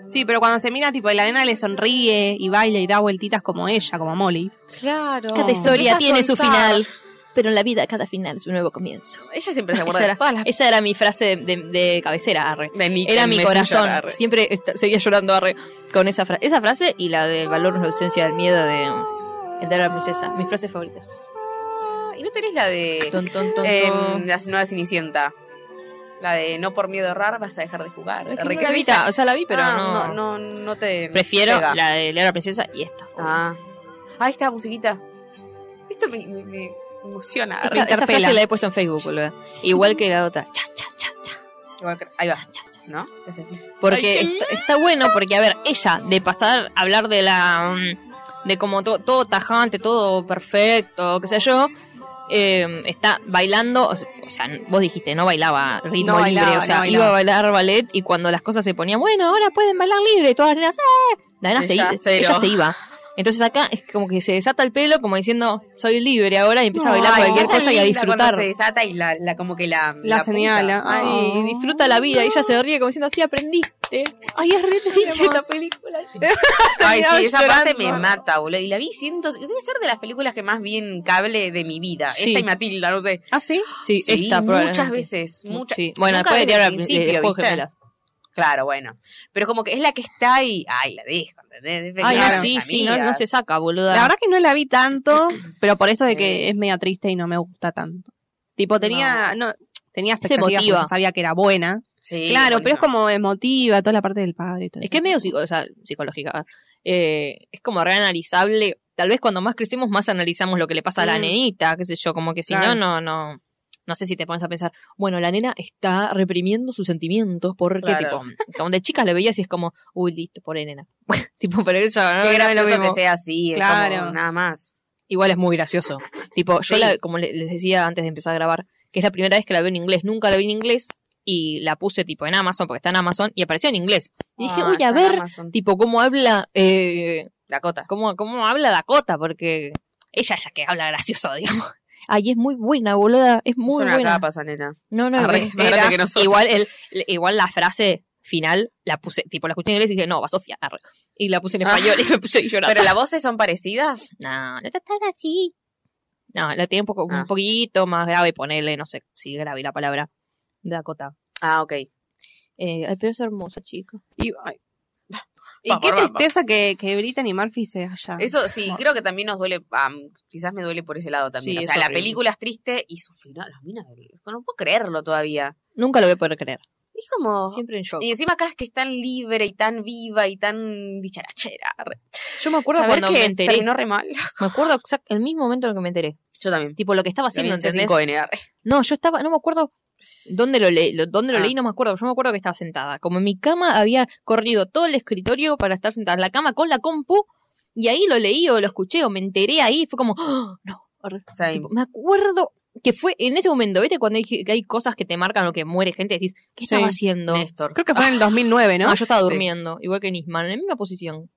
Speaker 4: Sí, pero cuando se mira, tipo, y la nena le sonríe y baila y da vueltitas como ella, como Molly.
Speaker 1: Claro.
Speaker 3: Cada historia tiene su final. Pero en la vida cada final es un nuevo comienzo.
Speaker 1: Ella siempre se acuerda
Speaker 3: Esa
Speaker 1: de
Speaker 3: era,
Speaker 1: todas las.
Speaker 3: esa era mi frase de, de- de cabecera, arre.
Speaker 1: de mi-
Speaker 3: Era
Speaker 1: que
Speaker 3: mi
Speaker 1: me
Speaker 3: corazón.
Speaker 1: hizo llorar.
Speaker 3: Siempre est- seguía llorando arre, con esa frase. Esa frase y la del valor o la ausencia del miedo de El de la princesa. Mis frases favoritas.
Speaker 1: ¿Y no tenés la de.
Speaker 3: Ton, ton, ton,
Speaker 1: eh,
Speaker 3: ton.
Speaker 1: la nueva Cenicienta? La de no por miedo a errar vas a dejar de jugar.
Speaker 3: Es que
Speaker 1: Re-
Speaker 3: no
Speaker 1: qué
Speaker 3: la vi,
Speaker 1: risa.
Speaker 3: ta- o sea, la vi, pero
Speaker 1: Ah,
Speaker 3: no,
Speaker 1: no, no, no te.
Speaker 3: Prefiero
Speaker 1: llega.
Speaker 3: la de Leora la princesa y esta.
Speaker 1: Ah. Ahí está, musiquita. Esto me, me- me emociona.
Speaker 3: Esta,
Speaker 1: Re-
Speaker 3: esta
Speaker 4: interpela.
Speaker 3: frase la he puesto en Facebook, boluda. Igual que la otra. Cha, cha, cha, cha,
Speaker 1: Igual que- Ahí va,
Speaker 3: cha, cha.
Speaker 1: ¿no? Es así.
Speaker 3: Porque
Speaker 1: Ay, qué
Speaker 3: est- está, bueno, porque a ver, ella, de pasar a hablar de la. mm, de como to- todo tajante, todo perfecto, qué sé yo, eh, está bailando. O se- o sea, vos dijiste, no bailaba ritmo
Speaker 4: No
Speaker 3: libre,
Speaker 4: bailaba,
Speaker 3: o sea,
Speaker 4: no
Speaker 3: iba a
Speaker 4: bailaba.
Speaker 3: bailar ballet y cuando las cosas se ponían, bueno, ahora pueden bailar libre, y todas las nenas, ¡eh! La nena se,
Speaker 1: Ella
Speaker 3: i-
Speaker 1: cero.
Speaker 3: ella se iba. Entonces acá es como que se desata el pelo, como diciendo, soy libre ahora y empieza a bailar
Speaker 1: Ay,
Speaker 3: cualquier
Speaker 1: qué tan
Speaker 3: cosa y a
Speaker 1: linda
Speaker 3: disfrutar.
Speaker 1: cuando Se desata y la, la- como que la.
Speaker 4: La señala.
Speaker 1: apunta.
Speaker 4: Ay,
Speaker 3: Ay,
Speaker 4: Oh.
Speaker 3: disfruta la vida. Y ella se ríe como diciendo, así aprendiste. Ay, es re triste esta película.
Speaker 1: Ay, sí, esa
Speaker 4: Llorando.
Speaker 1: parte me mata, boludo. Y la vi cientos. Debe ser de las películas que más vi en cable de mi vida.
Speaker 3: Sí.
Speaker 1: Esta y Matilda, no sé.
Speaker 4: ¿Ah, sí?
Speaker 3: Sí, esta probablemente.
Speaker 1: Muchas veces. Muchas.
Speaker 3: Sí. Bueno,
Speaker 1: Nunca
Speaker 3: después de eh,
Speaker 1: desde
Speaker 3: ahora
Speaker 1: el
Speaker 3: el,
Speaker 1: principio,
Speaker 3: juego de
Speaker 1: ¿viste?
Speaker 3: gemelas.
Speaker 1: Claro, bueno. Pero como que es la que está ahí. Ay, la dejo, ¿entendés? Es
Speaker 3: Ay,
Speaker 1: de
Speaker 3: no,
Speaker 1: las
Speaker 3: sí, sí, no,
Speaker 1: amigas.
Speaker 3: no se saca, boluda.
Speaker 4: La verdad que no la vi tanto, pero por esto de
Speaker 1: Sí.
Speaker 3: Eh.
Speaker 4: que es media triste y no me gusta tanto. Tipo, tenía, no, tenía expectativas
Speaker 3: emotiva.
Speaker 4: porque sabía que era buena.
Speaker 1: Sí,
Speaker 4: claro, pero
Speaker 1: buenísimo.
Speaker 4: es como emotiva, toda la parte del padre y todo
Speaker 3: es
Speaker 4: eso.
Speaker 3: que es medio psico- o sea, psicológica. Eh, es como reanalizable. Tal vez cuando más crecemos, más analizamos lo que le pasa a la
Speaker 4: Mm.
Speaker 3: nenita, qué sé yo, como que si
Speaker 4: Claro.
Speaker 3: no, no, no. No sé si te pones a pensar, bueno, la nena está reprimiendo sus sentimientos porque,
Speaker 1: Claro.
Speaker 3: tipo, como de chicas le veías y es como, uy, listo, pobre nena. tipo, pero eso no,
Speaker 1: Qué
Speaker 3: no es lo
Speaker 1: gracioso que
Speaker 3: mismo.
Speaker 1: sea así. Claro.
Speaker 4: Claro.
Speaker 1: nada más.
Speaker 3: Igual es muy gracioso. Tipo, yo
Speaker 1: Sí.
Speaker 3: la- como le- les decía antes de empezar a grabar, que es la primera vez que la veo en inglés, nunca la vi en inglés y la puse tipo en Amazon, porque está en Amazon, y apareció en inglés. Y dije,
Speaker 1: Ah,
Speaker 3: uy,
Speaker 1: está
Speaker 3: a
Speaker 1: en
Speaker 3: ver,
Speaker 1: Amazon.
Speaker 3: tipo, cómo habla, eh,
Speaker 1: Dakota.
Speaker 3: cómo, cómo habla Dakota, porque ella es la que habla gracioso, digamos. Ay, es muy buena, boluda, es muy
Speaker 1: es una
Speaker 3: buena.
Speaker 1: capa esa nena.
Speaker 3: No, no,
Speaker 1: Arre, más
Speaker 3: es-
Speaker 1: grande
Speaker 3: era-
Speaker 1: que nosotros.
Speaker 3: igual, el, igual la frase final la puse, tipo, la escuché en inglés y dije, no, va Sofía, arre. Y la puse en español y me puse a llorar.
Speaker 1: Pero las voces son parecidas.
Speaker 3: No, no está tan así. No, lo tiene un, poco,
Speaker 1: Ah.
Speaker 3: un poquito más grave, ponele, no sé si grave la palabra. Dakota.
Speaker 1: Ah, ok.
Speaker 3: Eh, ay, pero es hermosa, chica.
Speaker 4: Y, ay. Y
Speaker 1: Vamos,
Speaker 4: qué
Speaker 1: vamos.
Speaker 4: tristeza que, que Brittany Murphy se haya.
Speaker 1: Eso sí,
Speaker 4: Bueno.
Speaker 1: creo que también nos duele, am, quizás me duele por ese lado también.
Speaker 3: Sí,
Speaker 1: o
Speaker 3: es
Speaker 1: sea, la
Speaker 3: horrible.
Speaker 1: película es triste y su final, las minas, del- no puedo creerlo todavía.
Speaker 3: Nunca lo voy a poder creer.
Speaker 1: Es como...
Speaker 3: Siempre en shock.
Speaker 1: Y encima acá es que es tan libre y tan viva y tan dicharachera. Re-
Speaker 3: Yo me acuerdo
Speaker 1: Saber
Speaker 3: cuando
Speaker 1: que
Speaker 3: me enteré.
Speaker 1: terminó re mal.
Speaker 3: Me acuerdo exact- el mismo momento en el que me enteré.
Speaker 1: Yo también.
Speaker 3: Tipo, lo que estaba haciendo,
Speaker 1: También
Speaker 3: ¿entendés?
Speaker 1: C5N, arre.
Speaker 3: No, yo estaba, no me acuerdo dónde lo, leí, lo- dónde lo
Speaker 1: Ah.
Speaker 3: leí, no me acuerdo. Yo me acuerdo que estaba sentada. Como en mi cama había corrido todo el escritorio para estar sentada en la cama con la compu. Y ahí lo leí o lo escuché o me enteré ahí. Fue como, ¡Ah! no,
Speaker 1: Sí.
Speaker 3: Tipo, me acuerdo que fue en ese momento, ¿viste? Cuando hay, que hay cosas que te marcan o que muere gente, decís, ¿qué
Speaker 4: Sí.
Speaker 3: estaba haciendo?
Speaker 1: Néstor.
Speaker 4: Creo que fue en el 2009, ¿no?
Speaker 3: Ah, yo estaba
Speaker 1: Sí.
Speaker 3: durmiendo, igual que Nisman, en la misma posición,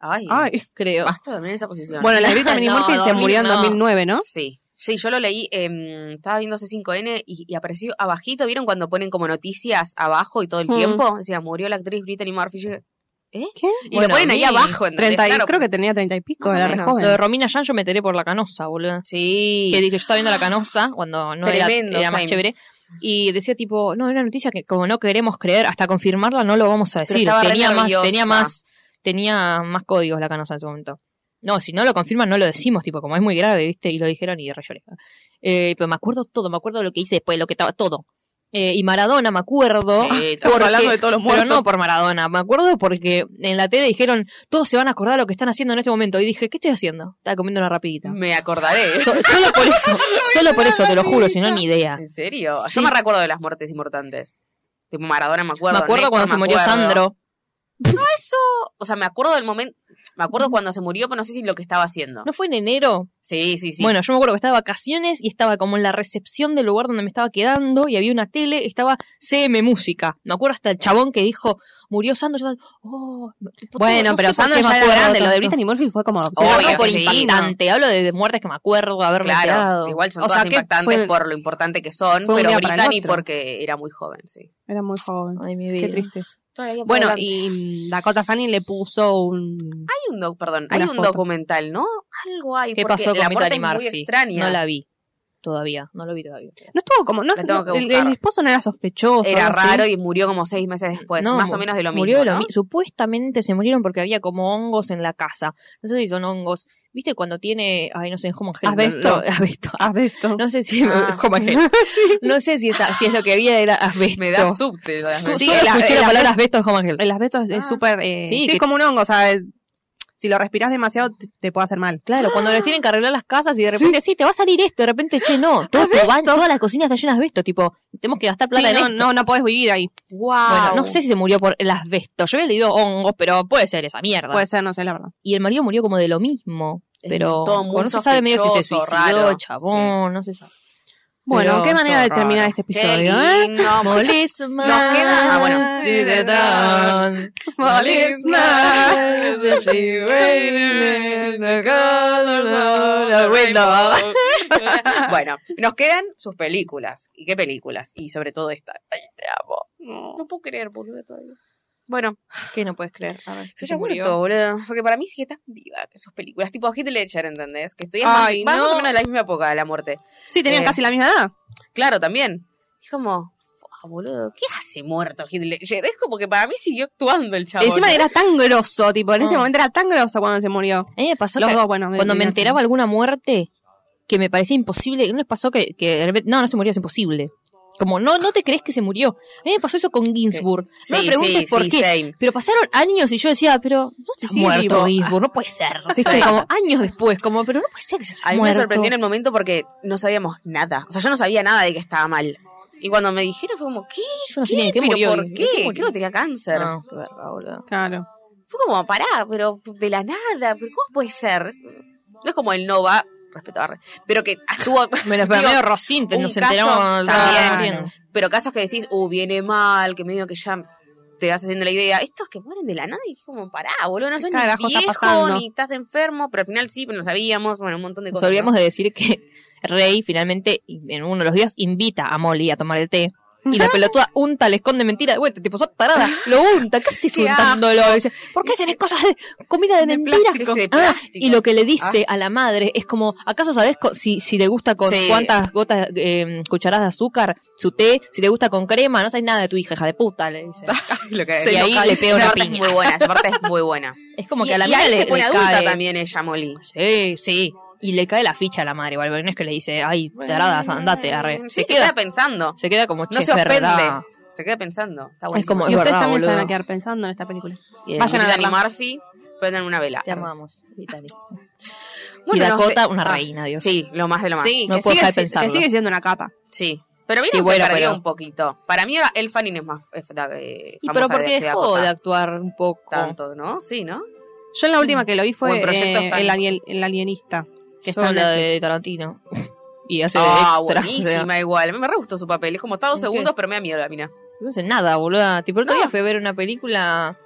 Speaker 1: Ay.
Speaker 4: Ay.
Speaker 3: creo.
Speaker 1: Basta también en esa posición.
Speaker 4: Bueno, la de Brittany
Speaker 3: No,
Speaker 4: Murphy se
Speaker 3: 2000
Speaker 4: murió en
Speaker 3: no.
Speaker 4: 2009, ¿no?
Speaker 1: Sí. Sí, yo lo leí, em, estaba viendo C5N y, y apareció abajito, ¿vieron cuando ponen como noticias abajo y todo el
Speaker 4: Mm.
Speaker 1: tiempo? Decía, murió la actriz Brittany Murphy. Yo dije, ¿eh?
Speaker 4: ¿Qué?
Speaker 1: Y
Speaker 3: Bueno,
Speaker 1: lo ponen
Speaker 3: a
Speaker 1: ahí
Speaker 3: mí,
Speaker 1: abajo, ¿entendés?
Speaker 4: 30, y-
Speaker 1: Claro,
Speaker 4: creo que tenía 30 y pico,
Speaker 1: Más o
Speaker 4: era re
Speaker 1: menos.
Speaker 4: joven.
Speaker 3: Lo de Romina Yan yo me enteré por la canosa, boludo.
Speaker 1: Sí.
Speaker 3: Que dije, yo estaba viendo la canosa cuando no era,
Speaker 1: Tremendo,
Speaker 3: era más
Speaker 1: Jaime.
Speaker 3: chévere. Y decía tipo, no, era una noticia que como no queremos creer, hasta confirmarla no lo vamos a decir.
Speaker 1: estaba re
Speaker 3: Tenía más,
Speaker 1: nerviosa.
Speaker 3: tenía más, tenía más códigos la canosa en ese momento. No, si no lo confirman, no lo decimos, tipo, como es muy grave, ¿viste? Y lo dijeron y re lloré. Eh, pero me acuerdo todo, me acuerdo lo que hice después, lo que estaba, todo. eh, y Maradona, me acuerdo.
Speaker 1: Sí,
Speaker 4: Estamos
Speaker 3: Porque-
Speaker 4: hablando de todos los muertos.
Speaker 3: Pero no por Maradona, me acuerdo porque en la tele dijeron, todos se van a acordar lo que están haciendo en este momento. Y dije, ¿qué estoy haciendo? Estaba comiendo una rapidita.
Speaker 1: me acordaré.
Speaker 3: So- solo por eso, solo por eso, te lo juro, si no, ni idea.
Speaker 1: ¿En serio?
Speaker 3: Sí.
Speaker 1: Yo me recuerdo de las muertes importantes. Tipo Maradona, me acuerdo.
Speaker 3: me acuerdo
Speaker 1: Néstor,
Speaker 3: cuando se
Speaker 1: me
Speaker 3: murió
Speaker 1: acuerdo.
Speaker 3: Sandro.
Speaker 1: Eso, o sea, me acuerdo del momento, me acuerdo cuando se murió, pero no sé si lo que estaba haciendo.
Speaker 3: ¿No fue en enero?
Speaker 1: Sí, sí, sí.
Speaker 3: Bueno, yo me acuerdo que estaba de vacaciones y estaba como en la recepción del lugar donde me estaba quedando y había una tele, estaba CM Música. Me acuerdo hasta el chabón que dijo, murió Sandro. yo estaba, oh, no-
Speaker 4: Bueno,
Speaker 3: no
Speaker 4: pero
Speaker 3: sé por
Speaker 4: Sandro
Speaker 3: qué me
Speaker 4: ya era
Speaker 3: acuerdo
Speaker 4: grande. Lo de
Speaker 3: tanto.
Speaker 4: Brittany Murphy fue como.
Speaker 3: Pero
Speaker 1: Obvio,
Speaker 3: no por
Speaker 1: sí.
Speaker 3: impactante, hablo de, de muertes que me acuerdo haberme
Speaker 1: claro.
Speaker 3: enterado.
Speaker 1: Igual son
Speaker 4: O
Speaker 1: todas
Speaker 4: sea, que
Speaker 1: impactantes
Speaker 4: fue-
Speaker 1: por lo importante que son,
Speaker 4: fue un
Speaker 1: pero
Speaker 4: día para el
Speaker 1: Brittany
Speaker 4: otro.
Speaker 1: porque era muy joven, sí.
Speaker 4: Era muy joven.
Speaker 3: Ay, mi vida.
Speaker 4: Qué tristeza. Bueno, y mm, Dakota Fanning le puso un.
Speaker 1: Hay un, doc- perdón, hay
Speaker 4: Una
Speaker 1: un
Speaker 4: foto.
Speaker 1: documental, ¿no? Algo hay.
Speaker 3: ¿Qué
Speaker 1: porque
Speaker 3: pasó
Speaker 1: la
Speaker 3: con
Speaker 1: muerte
Speaker 3: Brittany
Speaker 1: es muy
Speaker 3: Murphy?
Speaker 1: extraña.
Speaker 3: No la vi todavía, no lo vi todavía.
Speaker 4: No estuvo como. No,
Speaker 1: La tengo que
Speaker 4: no- el,
Speaker 1: buscar.
Speaker 4: el esposo no era sospechoso.
Speaker 1: Era
Speaker 4: algo así.
Speaker 1: raro y murió como seis meses después,
Speaker 3: No,
Speaker 1: Pues, más o
Speaker 3: mu-
Speaker 1: menos de lo mismo.
Speaker 3: Murió de lo
Speaker 1: ¿no?
Speaker 3: mi- Supuestamente se murieron porque había como hongos en la casa. No sé si son hongos. ¿Viste cuando tiene. Ay, no sé, como
Speaker 4: Asbesto.
Speaker 3: asbesto.
Speaker 4: Asbesto.
Speaker 3: No sé si.
Speaker 1: Ah.
Speaker 3: Homogel. No sé si, esa- si es lo que había era asbesto.
Speaker 1: Me da subte. la-
Speaker 3: Su-
Speaker 4: Sí,
Speaker 3: solo
Speaker 4: el a-
Speaker 3: escuché
Speaker 4: el
Speaker 3: la palabra
Speaker 4: asbesto-
Speaker 3: asbesto de Homogel.
Speaker 4: El asbesto es es
Speaker 1: Ah.
Speaker 4: súper. eh,
Speaker 3: Sí,
Speaker 4: sí,
Speaker 3: que-
Speaker 4: es como un hongo. O sea, eh, si lo respiras demasiado, te, te puede hacer mal.
Speaker 3: Claro, cuando les tienen que arreglar las casas y de repente, sí, te va a salir esto, de repente, che, no, todo tu baño, todas las cocinas están llenas de asbesto, tipo, tenemos que gastar plata
Speaker 4: Sí,
Speaker 3: en
Speaker 4: no,
Speaker 3: esto.
Speaker 4: no, no podés vivir ahí.
Speaker 1: Guau.
Speaker 3: Bueno, no sé si se murió por el asbesto. Yo había leído hongos, pero puede ser esa mierda.
Speaker 4: Puede ser, no sé, la verdad.
Speaker 3: y el marido murió como de lo mismo.
Speaker 1: Es
Speaker 3: Pero
Speaker 1: todo muy
Speaker 3: o no se sabe medio si se
Speaker 1: sospechoso,
Speaker 3: suicidó,
Speaker 1: raro.
Speaker 3: chabón, no se sabe.
Speaker 4: Bueno,
Speaker 3: Pero
Speaker 4: qué manera de
Speaker 3: todo
Speaker 4: terminar
Speaker 3: raro.
Speaker 4: este
Speaker 1: Qué
Speaker 4: episodio, ¿eh?
Speaker 1: lindo.
Speaker 3: Molisma.
Speaker 1: Nos queda- ah, bueno.
Speaker 3: Sí, de tan.
Speaker 1: Bueno, nos quedan sus películas. ¿Y qué películas? Y sobre todo esta. Ay, te amo. No puedo creer, boludo, todavía. Bueno,
Speaker 3: ¿Qué no puedes creer? A ver,
Speaker 1: se
Speaker 3: ¿se
Speaker 1: haya
Speaker 3: murió?
Speaker 1: muerto, boludo. Porque para mí sigue tan viva que sus películas. Tipo Heath Ledger, ¿entendés? Que estoy
Speaker 4: Ay,
Speaker 1: más, más o
Speaker 4: no.
Speaker 1: menos en la misma época de la muerte.
Speaker 4: Sí, tenían
Speaker 1: Eh.
Speaker 4: casi la misma edad.
Speaker 1: Claro, también. Es como, "Fua, boludo, ¿qué hace muerto Heath Ledger? Es como que para mí siguió actuando el chavo.
Speaker 4: Encima era tan grosso, tipo, en ese
Speaker 1: Mm.
Speaker 3: Ah.
Speaker 4: momento era tan grosso cuando se murió.
Speaker 3: A mí me pasó
Speaker 4: Los
Speaker 3: que
Speaker 4: dos, bueno. de-
Speaker 3: cuando
Speaker 4: de-
Speaker 3: me enteraba alguna muerte que me parecía imposible, ¿no les pasó que, que de repente- no, no se murió, es imposible? Como, no, no te crees que se murió. A mí me pasó eso con Ginsburg. No me preguntes por qué. Pero pasaron años y yo decía, pero no está
Speaker 4: Sí,
Speaker 3: muerto
Speaker 4: vivo.
Speaker 3: Ginsburg, no puede ser.
Speaker 1: Sí.
Speaker 3: Como años después, como, pero no puede ser que se haya
Speaker 1: A mí
Speaker 3: muerto.
Speaker 1: me sorprendió en el momento porque no sabíamos nada. O sea, yo no sabía nada de que estaba mal. Y cuando me dijeron fue como, ¿qué?
Speaker 3: Yo no sé ni en qué
Speaker 1: ¿Pero
Speaker 3: murió.
Speaker 1: ¿Por
Speaker 3: ¿en
Speaker 1: qué?
Speaker 3: murió? Ah.
Speaker 1: Creo que tenía cáncer.
Speaker 3: No, qué verga, boludo.
Speaker 4: Claro.
Speaker 1: Fue como, pará, pero de la nada. ¿Pero cómo puede ser? No es como el Nova, respeto a pero que estuvo...
Speaker 3: Menos, pero
Speaker 1: Digo,
Speaker 3: medio Rocinten,
Speaker 1: un
Speaker 3: nos
Speaker 1: caso
Speaker 3: enteramos cuando
Speaker 1: también.
Speaker 3: estábamos viendo.
Speaker 1: Pero casos que decís, uh, viene mal, que medio que ya te vas haciendo la idea. Estos que mueren de la nada y es como, pará, boludo, no sos ni
Speaker 4: carajo está
Speaker 1: viejo,
Speaker 4: pasando?
Speaker 1: ni estás enfermo, pero al final sí, pero no sabíamos, bueno, un montón de
Speaker 3: Nos
Speaker 1: cosas.
Speaker 3: olvidamos
Speaker 1: ¿no?
Speaker 3: de decir que Rey finalmente, en uno de los días, invita a Molly a tomar el té. Y la pelotuda unta, le esconde mentira de vuelta, tipo, sos tarada, lo unta, ¿qué haces
Speaker 1: Qué
Speaker 3: untándolo? Y dice, ¿por qué tenés cosas de comida de, mentira?
Speaker 1: plástico. De
Speaker 3: Ah,
Speaker 1: plástico.
Speaker 3: y lo que le dice a la madre es como, ¿acaso sabés co- si, si le gusta con
Speaker 1: Sí.
Speaker 3: cuántas gotas, eh, cucharadas de azúcar, su té, si le gusta con crema? No sabés nada de tu hija, hija de puta, le dice.
Speaker 1: Lo que-
Speaker 3: y ahí le
Speaker 1: esa
Speaker 3: pega una
Speaker 1: parte
Speaker 3: piña.
Speaker 1: es muy buena, esa parte es muy buena.
Speaker 3: Es como
Speaker 1: y,
Speaker 3: que a la
Speaker 1: y ahí
Speaker 3: madre le,
Speaker 1: se pone
Speaker 3: le
Speaker 1: adulta
Speaker 3: cae-
Speaker 1: también ella, Molly.
Speaker 3: Sí, sí. Y le cae la ficha a la madre, igual, porque no es que le dice, ay, taradas, andate, arre.
Speaker 1: Mm, Sí,
Speaker 3: se,
Speaker 1: se
Speaker 3: queda,
Speaker 1: queda pensando.
Speaker 3: se queda como, che,
Speaker 1: No
Speaker 3: es
Speaker 1: se ofende.
Speaker 3: verdad.
Speaker 1: Se queda pensando. Está
Speaker 3: Es
Speaker 1: buenísimo.
Speaker 3: como-
Speaker 4: Y ustedes
Speaker 3: verdad,
Speaker 4: también se van
Speaker 3: boludo.
Speaker 4: a quedar pensando en esta película.
Speaker 1: Y
Speaker 4: vayan a
Speaker 1: Brittany
Speaker 4: verla.
Speaker 1: Murphy, prendan una vela.
Speaker 3: Te amamos, Vitali. y
Speaker 1: Bueno, no
Speaker 3: Dakota,
Speaker 1: sé.
Speaker 3: una
Speaker 1: Ah,
Speaker 3: reina, Dios.
Speaker 1: Sí, lo más de lo más.
Speaker 4: Sí,
Speaker 3: No
Speaker 4: que,
Speaker 3: puedo
Speaker 4: sigue,
Speaker 3: dejar de
Speaker 4: si-
Speaker 3: pensarlo.
Speaker 4: que sigue siendo una capa.
Speaker 1: Sí. Pero mira
Speaker 3: Sí,
Speaker 1: que
Speaker 3: bueno,
Speaker 1: perdió
Speaker 3: pero-
Speaker 1: un poquito. Para mí el Fanning es más eh, da- eh,
Speaker 3: y pero
Speaker 1: famosa
Speaker 3: porque
Speaker 1: de que
Speaker 3: dejó
Speaker 1: Dakota.
Speaker 3: de actuar un poco.
Speaker 1: tanto, ¿no? Sí, ¿no?
Speaker 4: Yo en la última que lo vi fue
Speaker 1: Buen proyecto
Speaker 4: eh,
Speaker 1: está.
Speaker 4: el, alien- el alienista. Que
Speaker 3: Solo
Speaker 4: está en
Speaker 3: la
Speaker 4: Netflix.
Speaker 3: de Tarantino. y hace de
Speaker 1: Ah,
Speaker 3: extra. o sea,
Speaker 1: buenísima igual. Me re gustó su papel. Es como está dos
Speaker 3: ¿En qué?
Speaker 1: segundos, pero me da miedo la mina.
Speaker 3: no hace nada, boluda. Tipo, el otro
Speaker 1: No.
Speaker 3: día fui a ver una película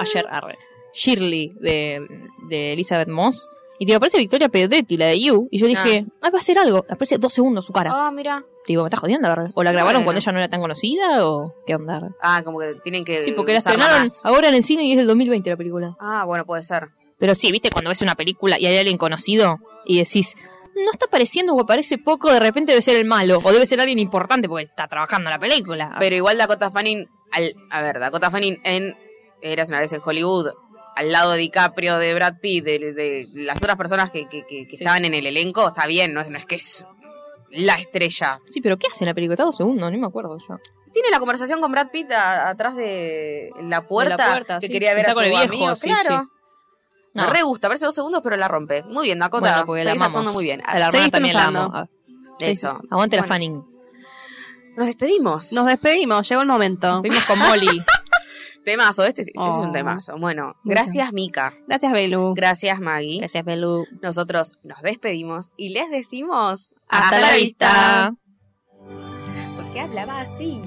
Speaker 3: ayer, arre. Shirley, de, de Elizabeth Moss. Y digo, aparece Victoria Pedretti, la de You. Y yo dije, ah, va a hacer algo. Aparece dos segundos su cara.
Speaker 1: Ah, mira.
Speaker 3: Digo, ¿me estás jodiendo? Arre? ¿O la grabaron
Speaker 1: Bueno.
Speaker 3: cuando ella no era tan conocida? ¿O qué onda? arre?
Speaker 1: Ah, como que tienen que
Speaker 3: Sí, porque la
Speaker 1: usarla
Speaker 3: estrenaron
Speaker 1: más.
Speaker 3: ahora en el cine y es del 2020 la película.
Speaker 1: Ah, bueno, puede ser.
Speaker 3: Pero sí, viste, cuando ves una película y hay alguien conocido y decís, no está apareciendo o aparece poco, de repente debe ser el malo. O debe ser alguien importante porque está trabajando en la película.
Speaker 1: Pero igual Dakota Fanning, al, a ver, Dakota Fanning en Eras una vez en Hollywood, al lado de DiCaprio, de Brad Pitt, de, de las otras personas que, que- que- que
Speaker 3: Sí.
Speaker 1: estaban en el elenco, está bien, no es, no es que es la estrella.
Speaker 3: Sí, pero ¿qué hacen la película? Está dos segundos, no me acuerdo yo.
Speaker 1: Tiene la conversación con Brad Pitt a- atrás de la puerta,
Speaker 3: puerta,
Speaker 1: que
Speaker 3: sí.
Speaker 1: quería ver
Speaker 3: Está
Speaker 1: a su
Speaker 3: con el viejo,
Speaker 1: amigo.
Speaker 3: sí,
Speaker 1: claro.
Speaker 3: sí. No.
Speaker 1: Me re gusta, aparece dos segundos, pero la rompe. Muy bien, Dakota.
Speaker 3: Bueno, porque la
Speaker 1: Seguís
Speaker 3: amamos.
Speaker 1: actuando muy bien.
Speaker 3: A la hermana
Speaker 4: Seguís
Speaker 3: también la
Speaker 4: triunfando.
Speaker 3: amo. Ah,
Speaker 1: Eso.
Speaker 3: Aguante la
Speaker 1: Bueno.
Speaker 3: Fanning.
Speaker 1: Nos despedimos.
Speaker 4: Nos despedimos, llegó el momento.
Speaker 3: Fuimos con Molly.
Speaker 1: Temazo, este, este es un
Speaker 4: Oh.
Speaker 1: temazo. Bueno, gracias Mika.
Speaker 4: Gracias, Belu.
Speaker 1: Gracias Maggie.
Speaker 3: Gracias, Belu.
Speaker 1: Nosotros nos despedimos y les decimos
Speaker 3: Hasta, la vista.
Speaker 1: Porque hablaba así.